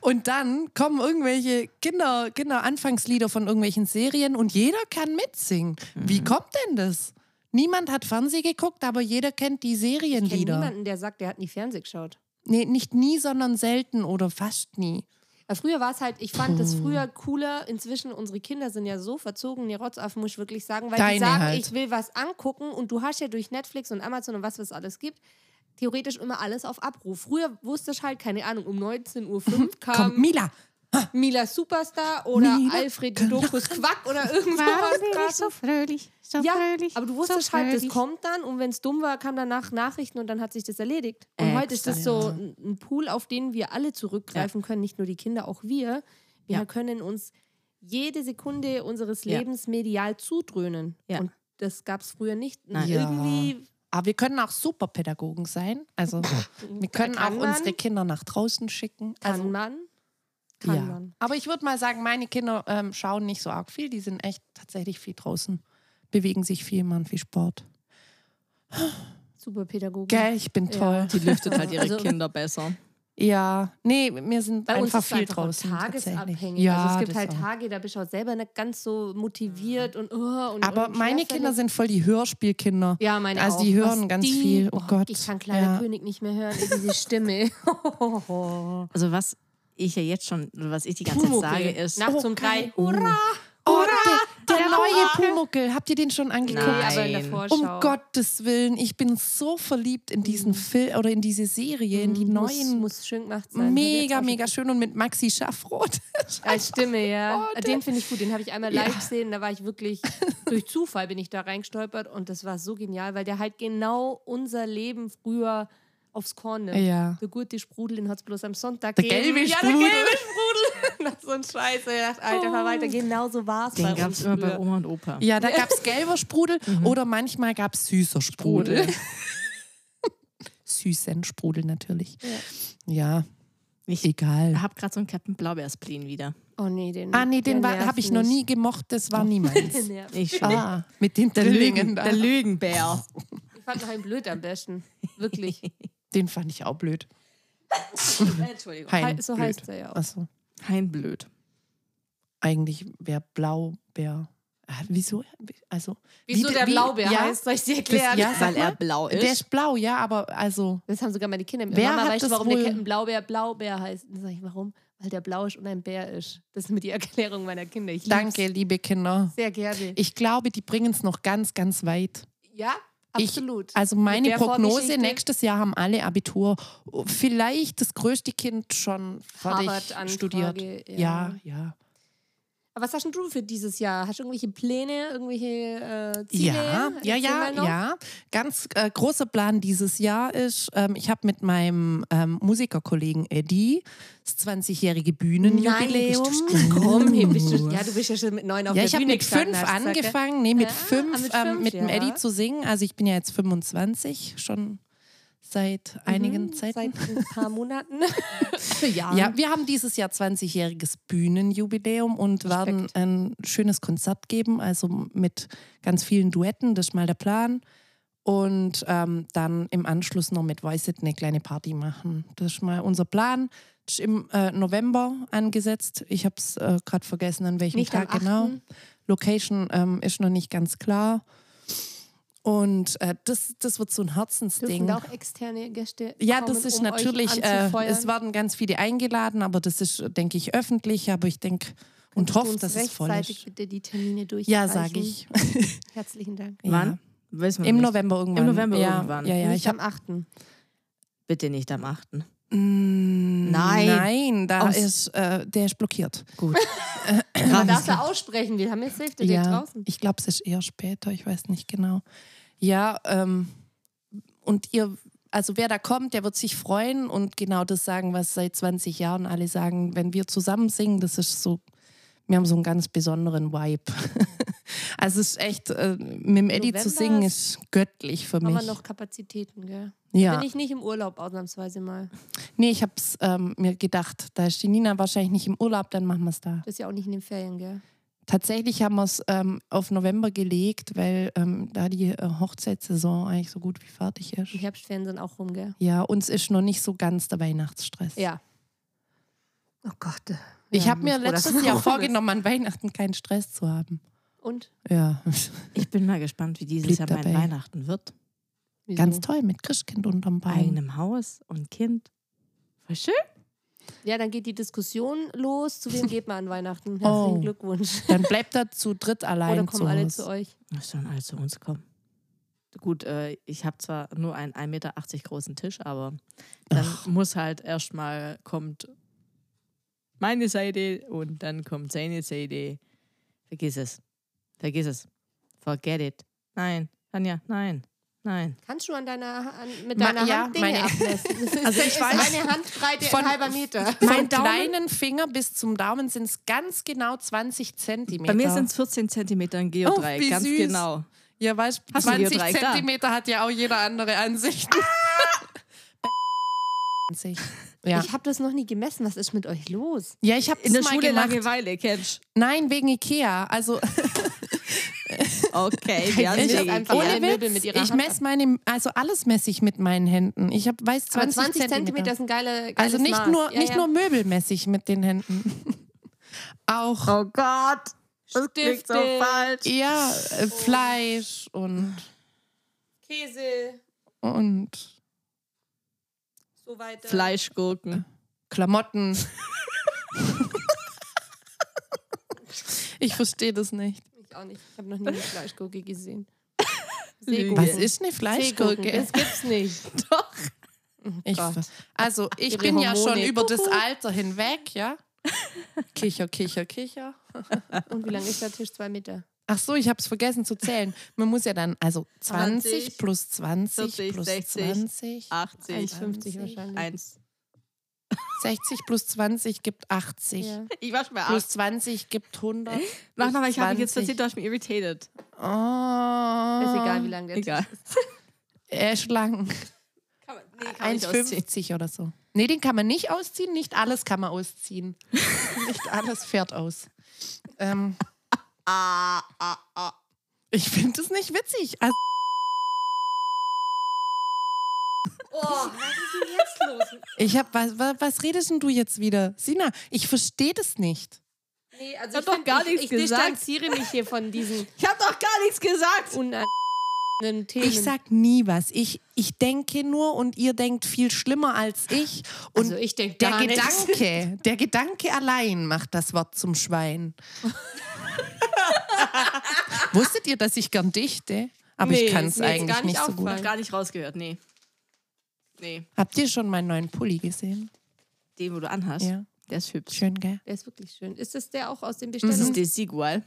Und dann kommen irgendwelche Kinder, Kinder Anfangslieder von irgendwelchen Serien und jeder kann mitsingen.
Mhm.
Wie kommt denn das? Niemand hat Fernseh geguckt, aber jeder kennt die
Ich kenne
Serienlieder.
niemanden, der sagt, der hat nie Fernsehen geschaut.
Nee, nicht nie, sondern selten oder fast nie.
Ja, früher war es halt, ich fand das früher
Oh.
cooler. Inzwischen, unsere Kinder sind ja so verzogen, die Rotzaffen, muss ich wirklich sagen, weil die
Deine
sagen,
halt.
ich will was angucken und du hast ja durch Netflix und Amazon und was es alles gibt, theoretisch immer alles auf Abruf. Früher wusste ich halt, keine Ahnung, um 19.05 Uhr
Kommt
kam
Mila.
Mila Superstar oder
Mila
Alfred Dokus Quack oder irgendwas. So
fröhlich? So
ja, aber du wusstest halt, das kommt dann und wenn es dumm war, kam danach Nachrichten und dann hat sich das erledigt. Und heute ist das
Exakt.
so ein ein Pool, auf den wir alle zurückgreifen können, nicht nur die Kinder, auch wir. Wir
Ja.
können uns jede Sekunde unseres
Ja.
Lebens medial zudröhnen.
Ja.
Und das gab es früher nicht. Und
Nein.
Ja.
Irgendwie,
Aber wir können auch Superpädagogen sein.
(laughs)
Also wir können
Kann
auch
man?
unsere Kinder nach draußen schicken.
kann
Also,
man, kann
ja.
man.
Aber ich würde mal sagen, meine Kinder ähm, schauen nicht so arg viel. Die sind echt tatsächlich viel draußen, bewegen sich viel, machen viel Sport.
Super Pädagoge.
Gell, ich bin
Ja.
toll.
Die lüftet halt ihre
Also-
Kinder besser.
Ja, nee, wir sind
Bei uns
einfach
ist es
viel
einfach
draußen. tatsächlich.
tagesabhängig.
Ja,
also es gibt
das
halt
auch.
Tage, da bist du auch selber nicht ganz so motiviert und, oh, und
Aber
und
meine
schwerfällig.
Kinder sind voll die Hörspielkinder.
Ja, meine
Also
auch.
die hören ganz viel. Oh Gott.
Ich kann Kleiner
Ja.
König nicht mehr hören,
(laughs)
diese Stimme.
Also was ich ja jetzt schon, was ich die ganze
Pumuckl.
Zeit sage, ist...
Nachts um drei.
Oh.
Hurra!
Oh, der, der neue Pumuckel, habt ihr den schon angeguckt?
Nein.
aber in der Vorschau.
Um Gottes Willen, ich bin so verliebt in diesen Film oder in diese Serie, in die
Mhm, Muss,
neuen.
muss schön gemacht sein.
mega,
Wird jetzt
mega schön und mit Maxi
(laughs)
Schaffroth.
auch- Als Stimme,
(laughs)
ja. den finde ich gut. Den habe ich einmal live gesehen. Da war ich wirklich, durch Zufall bin ich da reingestolpert und das war so genial, weil der halt genau unser Leben früher aufs Korn nimmt.
Ja.
Der gute Sprudel, den hat es bloß am Sonntag
Der
gegeben.
gelbe
Ja, der
Sprudel.
gelbe Sprudel. (laughs) Das ist so ein Scheiße. Ich dachte, Alter,
Oh.
Verwalter, genau so war es bei
Den gab
uns
es immer bei
früher.
Oma und Opa.
Ja, da gab es gelber
(laughs)
Sprudel
Mhm.
oder manchmal gab es süßer Sprudel. (laughs) Süßen Sprudel natürlich. Ja,
Ich
egal.
habe gerade so einen Captain Blaubeer-Spleen wieder.
Oh nee, den.
Ah, nee, den
der nervt
habe ich noch
mich.
nie gemocht, das war niemals.
(laughs) Der nervt.
Ich schon.
ah, mit den
Der,
Drillingen
Lügen,
da.
der Lügenbär.
Ich fand noch einen blöd am besten. Wirklich.
(laughs) Den fand ich auch blöd.
(laughs) Entschuldigung.
Hein,
so
blöd.
heißt er ja auch.
Achso.
Hein blöd.
Eigentlich wäre Blaubeer. Ah, wieso? Also,
Wieso
wie-
der
wie-
Blaubeer
ja,
heißt, soll ich dir
Das,
erklären?
ja,
Weil
sag
er
mal.
blau ist.
Der ist blau, ja, aber also.
Das haben sogar meine Kinder mir
Wer
Mama
hat
weißt du,
das
warum der
wohl-
Captain Blaubeer Blaubeer heißt? Dann sage ich, warum? Weil der blau ist und ein Bär ist. Das ist mir die Erklärung meiner Kinder. Ich lieb's
Danke, liebe Kinder.
Sehr gerne.
Ich glaube, die bringen es noch ganz, ganz weit.
ja, absolut.
Ich, also
Mit
meine
der
Prognose,
Vorgeschichte-
nächstes Jahr haben alle Abitur. Vielleicht das größte Kind schon fertig
Harvard-Anfrage,
studiert.
ja.
ja, ja.
Aber was hast denn du für dieses Jahr? Hast du irgendwelche Pläne, irgendwelche äh, Ziele?
Ja, ja,
Erzähl
ja,
mal noch. (laughs)
ja. Ganz äh, großer Plan dieses Jahr ist, ähm, ich habe mit meinem ähm, Musikerkollegen Eddie das 20-jährige Bühnenjubiläum.
Nein, bist du, komm, hey, bist du, ja, du bist ja schon mit neun auf
Uh. Ja,
der
ich habe
Bühne
mit
gestanden,
fünf
hast gesagt, gell?
angefangen, nee, mit
Ah,
fünf,
mit
mit,
fünf,
ähm, mit dem
ja.
Eddie zu singen. Also ich bin ja jetzt 25, schon seit einigen Zeiten.
Mhm, Seit ein
(laughs)
paar Monaten. ja.
Ja, wir haben dieses Jahr 20-jähriges Bühnenjubiläum und werden ein schönes Konzert geben, also mit ganz vielen Duetten, das ist mal der Plan. Und ähm, dann im Anschluss noch mit Voice It eine kleine Party machen. Das ist mal unser Plan. Das ist im äh, November angesetzt. Ich habe es äh, gerade vergessen, an welchem
Nicht am
Tag genau.
8..
Location ähm, ist noch nicht ganz klar. Und äh, das, das wird so ein Herzensding.
Dürfen da auch externe Gäste
Ja,
kommen,
das ist
um euch
natürlich, äh,
anzufeuern?
es werden ganz viele eingeladen, aber das ist, denke ich, öffentlich. Aber ich denke und
Kannst du
hoffe,
uns
dass es voll
rechtzeitig
ist.
bitte die Termine durch.
Ja, sage ich.
Herzlichen Dank.
Wann? Wissen
Ja.
wir
Im
nicht.
November irgendwann.
Im November
ja,
irgendwann.
Ja, ja,
Nicht
ich hab,
am 8.
Bitte nicht am 8.
nein. Nein, da
Aus-
ist, äh, der ist blockiert.
(laughs) Gut.
Man darf da aussprechen, wir haben jetzt Safety Day
ja,
draußen.
ich glaube, es ist eher später, ich weiß nicht genau. Ja, ähm, und ihr, also wer da kommt, der wird sich freuen und genau das sagen, was seit 20 Jahren alle sagen, wenn wir zusammen singen, das ist so, wir haben so einen ganz besonderen Vibe. (laughs) also es ist echt, äh, mit dem Eddie zu
November
singen ist göttlich für
Haben wir
mich.
noch Kapazitäten, gell?
Ja.
Bin ich nicht im Urlaub ausnahmsweise mal.
Nee, ich habe es ähm, mir gedacht, da ist die Nina wahrscheinlich nicht im Urlaub, dann machen wir es da.
Das ist ja auch nicht in den Ferien, gell?
Tatsächlich haben wir es ähm, auf November gelegt, weil ähm, da die äh, Hochzeitssaison eigentlich so gut wie fertig ist.
Die Herbstferien sind auch rum, gell?
Ja, uns ist noch nicht so ganz der Weihnachtsstress.
Ja. Oh Gott. äh,
Ich
ja,
habe mir
bin froh, dass
letztes
es
Jahr
rum
vorgenommen, an Weihnachten keinen Stress zu haben.
ist. (laughs) Und?
Ja,
Ich bin mal gespannt, wie dieses
Blieb
Jahr mein
dabei.
Weihnachten wird.
Wieso?
ganz toll mit Christkind unterm
Bei
Baum.
eigenem Haus und Kind. Voll schön.
Ja, dann geht die Diskussion los. Zu wem geht man an Weihnachten? Herzlichen
(laughs) Oh.
Glückwunsch.
Dann bleibt er zu dritt allein
Oder kommen
zu
alle
Hause.
zu euch?
Das sollen alle zu uns kommen. Gut, äh, ich habe zwar nur einen 1,80 Meter großen Tisch, aber dann muss halt erstmal kommt meine Seite und dann kommt seine Seite. Vergiss es. Vergiss es. Forget it. Nein, Tanja, nein, nein.
Kannst du an deiner, an, mit
Ma-
deiner
ja,
Hand
(laughs)
Dinge
meine-
abmessen?
Also ich
(laughs) Ist
weiß-
Meine Handbreite
Von-
ein halber Meter.
Mein
Daumen-
kleinen Finger bis zum Daumen sind es ganz genau 20 Zentimeter.
Bei mir sind es 14 Zentimeter ein
Geodreieck,
Geodreieck,
wie
ganz
süß.
genau.
Ja, weißt du,
Hast du
20
Geodreieck da?
Zentimeter hat ja auch jeder andere Ansicht. (laughs) Bei ja.
Ich habe das noch nie gemessen. Was ist mit euch los?
ja, ich habe
In der Schule
gemacht.
Langeweile, kennst
Nein, wegen Ikea. Also
(laughs) Okay, wir haben
Ich
sie
hab einfach
geklärt.
alle
ohne
Möbel
Witz,
mit ihrer
ich
Hand
messe meine, also alles messe ich mit meinen Händen. Ich hab, weiß 20,
Aber 20 Zentimeter
Zentimeter.
ist ein geiler
Also nicht
Maß.
nur,
Ja,
nicht
ja.
nur Möbel messe ich mit den Händen. (laughs) auch
Oh Gott, das klingt so
Stifte.
falsch.
ja äh, Fleisch und
Käse,
und
so weiter.
Fleischgurken.
Klamotten. ich verstehe das nicht.
Ich auch nicht. Ich habe noch nie eine
(laughs)
Fleischgurke gesehen.
Lüge.
Seegurken.
Was ist eine
Seegurken?
Fleischgurke?
Das gibt's nicht.
Doch.
Ich,
Gott.
ver- also ich
Ihre
bin ja schon
Hormone.
über das Alter hinweg, ja. Kicher, kicher, kicher.
Und wie lang ist der Tisch? Zwei Meter.
Ach so, ich habe es vergessen zu zählen. Man muss ja dann, also 20,
20,
plus 20
40,
plus
60,
20.
80.
1,50 wahrscheinlich.
1.
60 plus 20 gibt 80.
Ja.
(laughs) Ich war schon bei 8.
Plus 20 gibt 100.
Mach nochmal, ich habe dich jetzt
20.
verzählt, du hast mich irritated.
Oh.
Ist egal, wie lang der
Egal.
Tisch ist.
Er ist lang.
Kann man, nee, kann man eh nicht ausziehen.
1,50 oder so. Nee, den kann man nicht ausziehen. Nicht alles kann
(laughs)
man ausziehen. nicht alles fährt aus. Ähm,
Ah, ah, ah.
ich finde es nicht witzig. Also,
Oh, was ist denn jetzt los?
ich hab, was, was, was redest denn du jetzt wieder? Sina, ich verstehe das nicht.
Nee, (laughs) also
Hat
ich
doch
find,
gar
ich,
nichts
ich
gesagt.
distanziere mich hier von diesen
Ich habe doch gar nichts gesagt.
unernen Themen.
(laughs) Ich sag nie was. Ich, ich denke nur und ihr denkt viel schlimmer als ich. Und
also ich denke
der
gar nichts.
Gedanke, der Gedanke allein macht das Wort zum Schwein. Wusstet ihr, dass ich gern dichte? Aber
Nee,
ich kann
ist
es
mir jetzt
eigentlich
gar
nicht,
nicht
so gut.
aufgefallen.
Gar nicht rausgehört, nee. Nee.
Habt ihr schon meinen neuen Pulli gesehen?
Den, wo du anhast,
Ja.
der ist hübsch. Mhm.
Schön, gell?
Der ist wirklich schön. Ist das der auch aus dem
Das ist
Bestellungs...
der Sigual.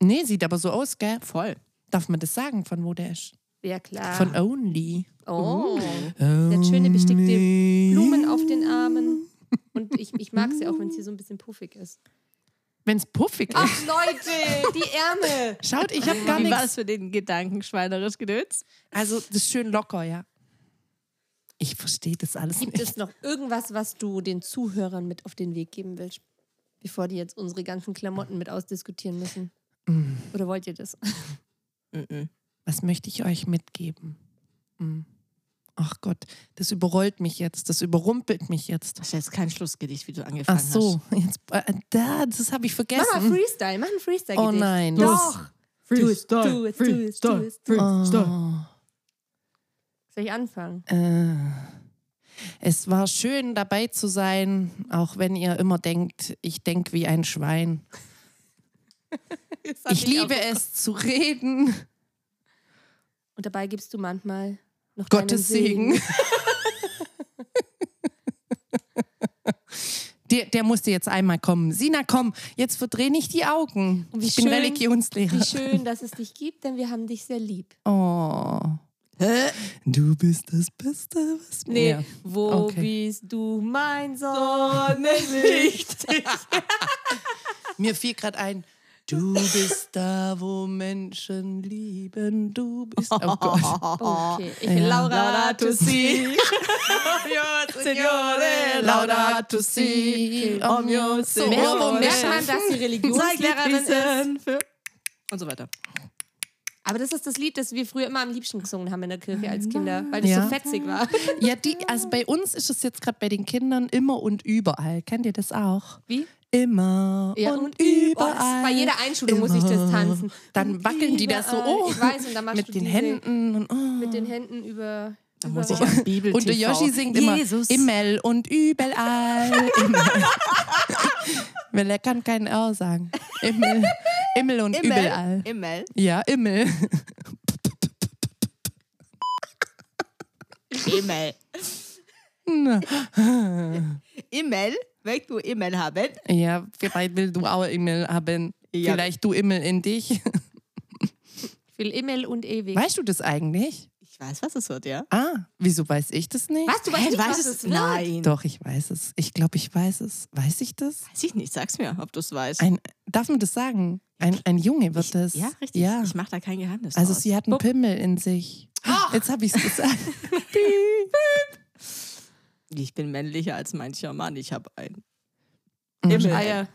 Nee, sieht aber so aus, gell?
Voll.
Darf man das sagen, von wo der ist?
Ja, klar.
Von Only.
oh. Der hat schöne bestickte Blumen auf den Armen. Und ich, ich mag sie auch, wenn sie so ein bisschen puffig ist.
Wenn es puffig ist.
Ach, Leute, die Ärmel.
Schaut, ich habe gar
Wie war
nichts.
es für den Gedanken schweinerisch genützt?
Also, das ist schön locker, ja. Ich verstehe das alles
Gibt
nicht.
es noch irgendwas, was du den Zuhörern mit auf den Weg geben willst, bevor die jetzt unsere ganzen Klamotten mit ausdiskutieren müssen? Oder wollt ihr das?
Was möchte ich euch mitgeben? Hm. Ach Gott, das überrollt mich jetzt, das überrumpelt mich jetzt.
Das ist jetzt kein Schlussgedicht, wie du angefangen
Ach so, jetzt, äh, da, das habe ich vergessen.
Mach mal Freestyle, mach einen Freestyle.
Oh nein.
Doch. Do it,
Freestyle,
do it, do it, do it.
Oh,
Soll ich anfangen?
äh. Es war schön dabei zu sein, auch wenn ihr immer denkt, ich denke wie ein (laughs) Schwein. Ich liebe es zu reden.
Und dabei gibst du manchmal noch
Gottes
deinen
Segen. Der, der musste jetzt einmal kommen. Sina, komm, jetzt verdreh nicht die Augen.
Und wie
Ich bin
schön,
Religionslehrer.
Wie (laughs) schön, dass es dich gibt, denn wir haben dich sehr lieb.
Oh. Du bist das Beste, was mir.
Nee,
Ja.
wo
Okay.
bist du mein Sonnenlicht?
Mir fiel gerade ein, Du bist da, wo Menschen lieben. Du bist. Oh
(laughs)
Gott.
Okay. (laughs) Ich, Laura,
Laudato
(laughs)
du
si.
Signore, laudato si. Omnio,
so,
Signore.
wo merkt man, dass sie Religionslehrerin ist?
für und so weiter.
Aber das ist das Lied, das wir früher immer am liebsten gesungen haben in der Kirche als Kinder, weil das
Ja.
so
(laughs)
fetzig war.
Ja, die, also bei uns ist es jetzt gerade bei den Kindern immer und überall. Kennt ihr das auch?
Wie?
Immer
Ja,
und,
Oh, das ist
überall.
bei jeder Einschulung muss ich das
Immer.
tanzen.
Dann
Und
wackeln die da so
überall.
oh,
Ich weiß, und dann machst du
mit den
diese-
Händen. Und, oh.
Mit den Händen über.
Da muss ich
überall.
an Bibel
und der
TV.
Yoshi singt immer
Jesus.
Immel und überall. Immel. (laughs) Weil er kann keinen R sagen. Immel, Immel und überall.
Immel.
Ja, Immel.
Immel. Immel. Möchtest du Immel haben?
Ja, vielleicht willst du auch Immel haben.
Ja.
Vielleicht du Immel in dich.
Ich will Immel und ewig.
Weißt du das eigentlich?
Ich weiß, was es wird, ja.
Ah, wieso weiß ich das nicht?
Was? Du weißt nicht, was es wird?
Nein.
Doch, ich weiß es. Ich glaube, ich weiß es. Weiß ich das?
Weiß ich nicht. Sag's mir, ob du es weißt.
Ein, darf man das sagen? Ein, ein Junge wird es.
Ja, richtig.
Ja.
Ich mache da kein Geheimnis
Also
draus.
sie hat einen Pimmel in sich.
Oh!
Jetzt habe ich es
(laughs)
gesagt.
ich bin männlicher als mancher Mann. Ich habe ein
Immel.
Immel.
Eier.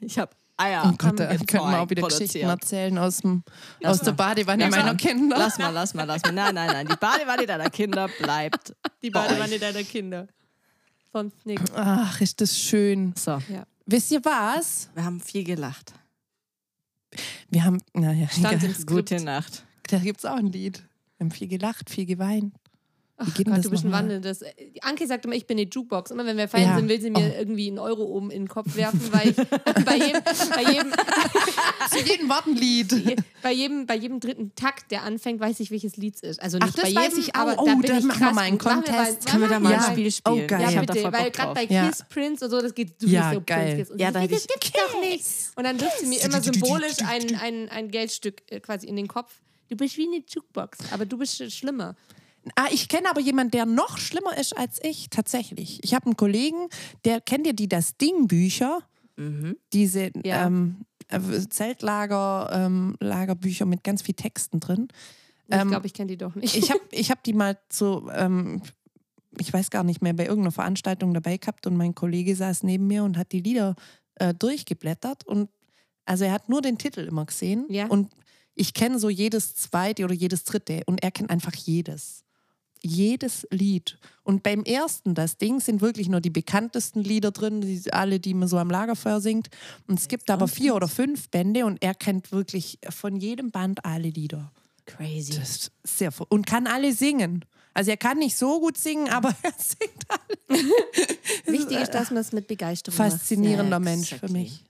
Ich habe
Mhm. Oh
Eier.
Gott, da
im
können wir
Zeug
auch wieder
produziert.
Geschichten erzählen aus, dem,
Lass
aus der
mal.
Badewanne
Lass mal.
meiner Kinder.
Lass mal, lass mal, lass mal. Nein, nein, nein. Die Badewanne deiner Kinder bleibt.
Die
bei euch.
Badewanne deiner Kinder. Sonst nichts.
Ach, ist das schön.
So,
Wisst ihr was?
wir haben viel gelacht.
Wir haben, naja,
Stand im Skript.
Gute Nacht.
da gibt es auch ein Lied. Wir haben viel gelacht, viel geweint. Wie geht denn
Gott,
das
du bist ein
nochmal?
wandelndes. Die Anke sagt immer, ich bin eine Jukebox. Immer wenn wir feiern
Ja. Oh.
sind, will sie mir irgendwie einen Euro oben in den Kopf werfen, weil ich
(laughs)
bei jedem, bei jedem,
Zu jedem Wort ein
(laughs)
Lied.
bei jedem, bei jedem dritten Takt, der anfängt, weiß ich, welches Lied es ist. Also
Ach,
nicht
das
bei
weiß
jedem,
ich auch.
aber
Oh,
da bin
dann
ich
machen wir
krass
mal einen
gut. Machen wir
Contest.
mal-
Können wir da mal
Ja.
ein Spiel spielen?
Oh, geil.
Also Ich
Ja,
hab da
bitte,
voll
weil
Bock drauf.
gerade bei
Ja.
Kiss, Prince und so, das geht du
Ja,
bist so
geil.
Prince, Kiss. Und
Ja,
so,
da hätte
das
ich-
gibt's doch nicht. Und dann wirft sie mir immer symbolisch ein, ein, ein Geldstück äh, quasi in den Kopf. Du bist wie eine Jukebox, aber du bist äh, schlimmer.
Ah, ich kenne aber jemanden, der noch schlimmer ist als ich, tatsächlich. Ich habe einen Kollegen, der kennt ihr die das Ding-Bücher?
Mhm.
Diese
Ja.
ähm, äh, Zeltlager, ähm, Lagerbücher mit ganz viel Texten drin.
ich
Ähm,
glaube, ich kenne die doch nicht.
Ich habe ich hab die mal zu, ähm, ich weiß gar nicht mehr, bei irgendeiner Veranstaltung dabei gehabt und mein Kollege saß neben mir und hat die Lieder äh, durchgeblättert und also er hat nur den Titel immer gesehen
Ja.
und ich kenne so jedes zweite oder jedes dritte und er kennt einfach jedes. Jedes Lied. Und beim ersten, das Ding, sind wirklich nur die bekanntesten Lieder drin, die, alle, die man so am Lagerfeuer singt. Und es gibt aber vier oder fünf Bände und er kennt wirklich von jedem Band alle Lieder.
Crazy.
Das ist sehr fr- und kann alle singen. Also er kann nicht so gut singen, aber er (laughs) singt alle.
Wichtig ist, dass man es mit Begeisterung macht.
Faszinierender
Ja,
Mensch für
exactly.
mich.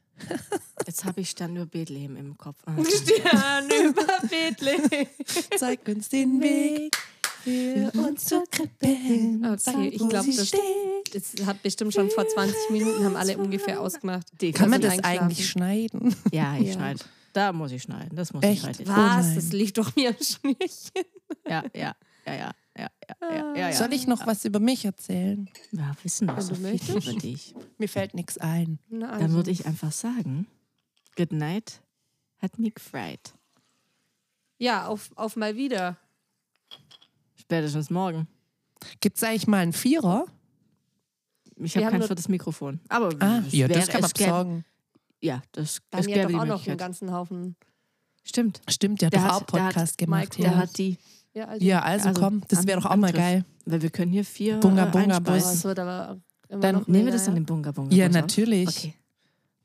Jetzt habe ich dann nur Bethlehem im
(laughs)
Kopf. Ah,
Stern über Bethlehem.
Zeig uns den Weg für uns zur Krippe.
Okay, ich glaube, das, das hat bestimmt schon vor 20 Minuten, haben alle ungefähr ausgemacht.
Oh
Kann man
sind
das
eingeschlafen.
eigentlich schneiden?
Ja, ich
Ja.
schneide. Da muss ich schneiden. Das muss
Echt?
ich halt.
Wa-
Was?
Oh nein.
das liegt doch mir am Schnürchen.
Ja, ja, ja, ja, ja, ja, ja, ja. ja.
Soll ich noch was über mich erzählen?
Ja, wissen noch
Wenn
so
du
viel
möchtest.
über
(laughs)
dich.
Mir fällt nichts ein.
Na,
Dann
also.
würde ich einfach sagen, Good Night hat mich gefreut.
Ja, auf, auf mal wieder.
Spätestens morgen.
Gibt es eigentlich mal einen Vierer?
Ich
Wir
habe
haben
kein
nur-
viertes Mikrofon. Aber
Ah,
es
ja, das
wäre-
kann man
es gäbe-
besorgen.
Ja, das es
Dani
gäbe
hat
die
doch auch noch einen
Möglichkeit.
ganzen Haufen.
Stimmt.
Stimmt, der hat
Der
doch
hat-
auch
der hat
Podcast gemacht.
Mike-
Der
Ja.
Ja.
hat die.
Ja, also.
ja, also
also
komm, das
am
wäre doch auch mal
Angriff.
geil.
Weil wir können hier vier.
Bunga,
äh,
bunga,
Aber
einspeisen.
es wird aber immer
Dann
noch
Nehmen
mehr,
wir das
ja.
dann im Bunga Bunga?
Ja,
Bunga? (laughs)
natürlich.
Okay.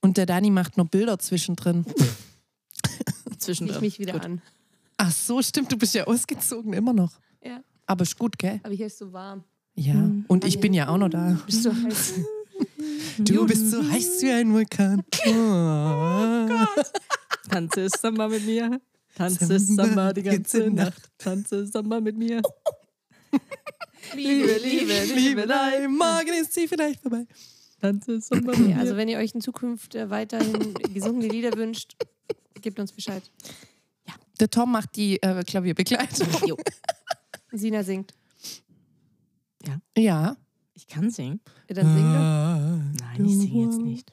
Und der Dani macht noch Bilder zwischendrin.
Zieh
Zwischendrin.
ich mich wieder
Gut.
an.
Ach so, stimmt, du bist ja ausgezogen, immer noch.
Ja.
Aber ist gut, gell?
Aber hier ist so warm.
Ja. Und ich bin ja auch noch da.
Bist (laughs) du heiß?
Du bist so heiß wie ein Vulkan.
Tanze Samba mit mir. Tanze
Samba
Samba die
geht's
ganze
in
Nacht. Tanze Samba mit mir.
Liebe, Liebe.
Liebe nein, morgen ist sie vielleicht vorbei.
Tanze Samba mit
Okay,
mir.
also wenn ihr euch in Zukunft äh, weiterhin gesungene Lieder wünscht, gebt uns Bescheid.
Der Tom macht die äh, Klavierbegleitung.
Jo.
Sina singt.
Ja.
Äh,
Ich kann singen.
Ja, Dann singt er.
Nein, ich singe jetzt nicht.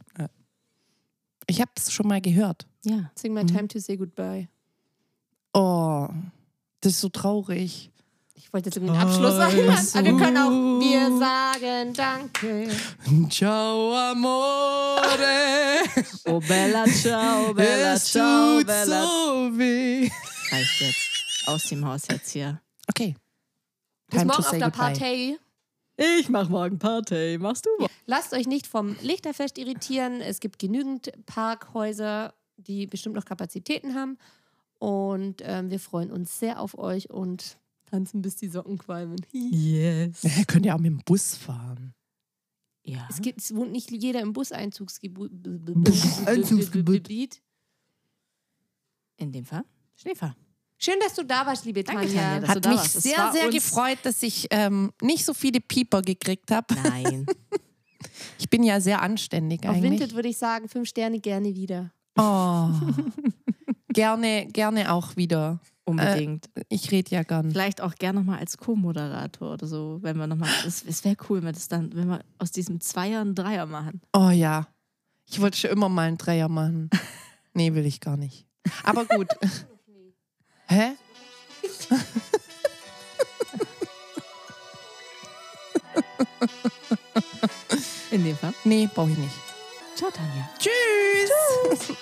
Ich habe es schon mal gehört.
Ja.
Sing my time to say goodbye.
Oh, das ist so traurig.
Ich wollte jetzt irgendwie einen Abschluss einladen. Aber wir können auch wir sagen Danke.
Ciao, amore.
Oh, Bella, ciao, Bella,
es
ciao,
tut
Bella.
so weh.
Reicht jetzt. Aus dem Haus jetzt hier.
Okay.
Bis
Time to
morgen auf
say
der
goodbye.
Partei.
Ich mach morgen Party. Machst du was?
Lasst euch nicht vom Lichterfest irritieren. Es gibt genügend Parkhäuser, die bestimmt noch Kapazitäten haben. Und ähm, wir freuen uns sehr auf euch und tanzen, bis die Socken qualmen.
Yes.
Hä, Könnt ihr auch mit dem Bus fahren?
Ja.
Es, gibt, es wohnt nicht jeder im
Einzugsgebiet.
Buseinzugsgebiet.
In dem Fall Schneefall.
Schön, dass du da warst, liebe
Danke,
Tanja.
Tanja, dass-
Hat
da
mich
warst. Es
sehr,
war
sehr
uns-
gefreut, dass ich ähm, nicht so viele Pieper gekriegt habe.
(laughs) Nein.
Ich bin ja sehr anständig
Auf Vinted
eigentlich.
würde ich sagen, fünf Sterne gerne wieder.
Oh. gerne, gerne auch wieder.
Unbedingt.
Ich rede ja gern.
Vielleicht auch gern nochmal als Co-Moderator oder so, wenn wir nochmal. Es, es wäre cool, wenn wir das dann, wenn wir aus diesem Zweier einen Dreier machen.
Oh ja. Ich wollte schon immer mal einen Dreier machen. Nee, will ich gar nicht. Aber gut. Hä?
In dem Fall.
Nee, brauche ich nicht.
Ciao, Tanja.
Tschüss.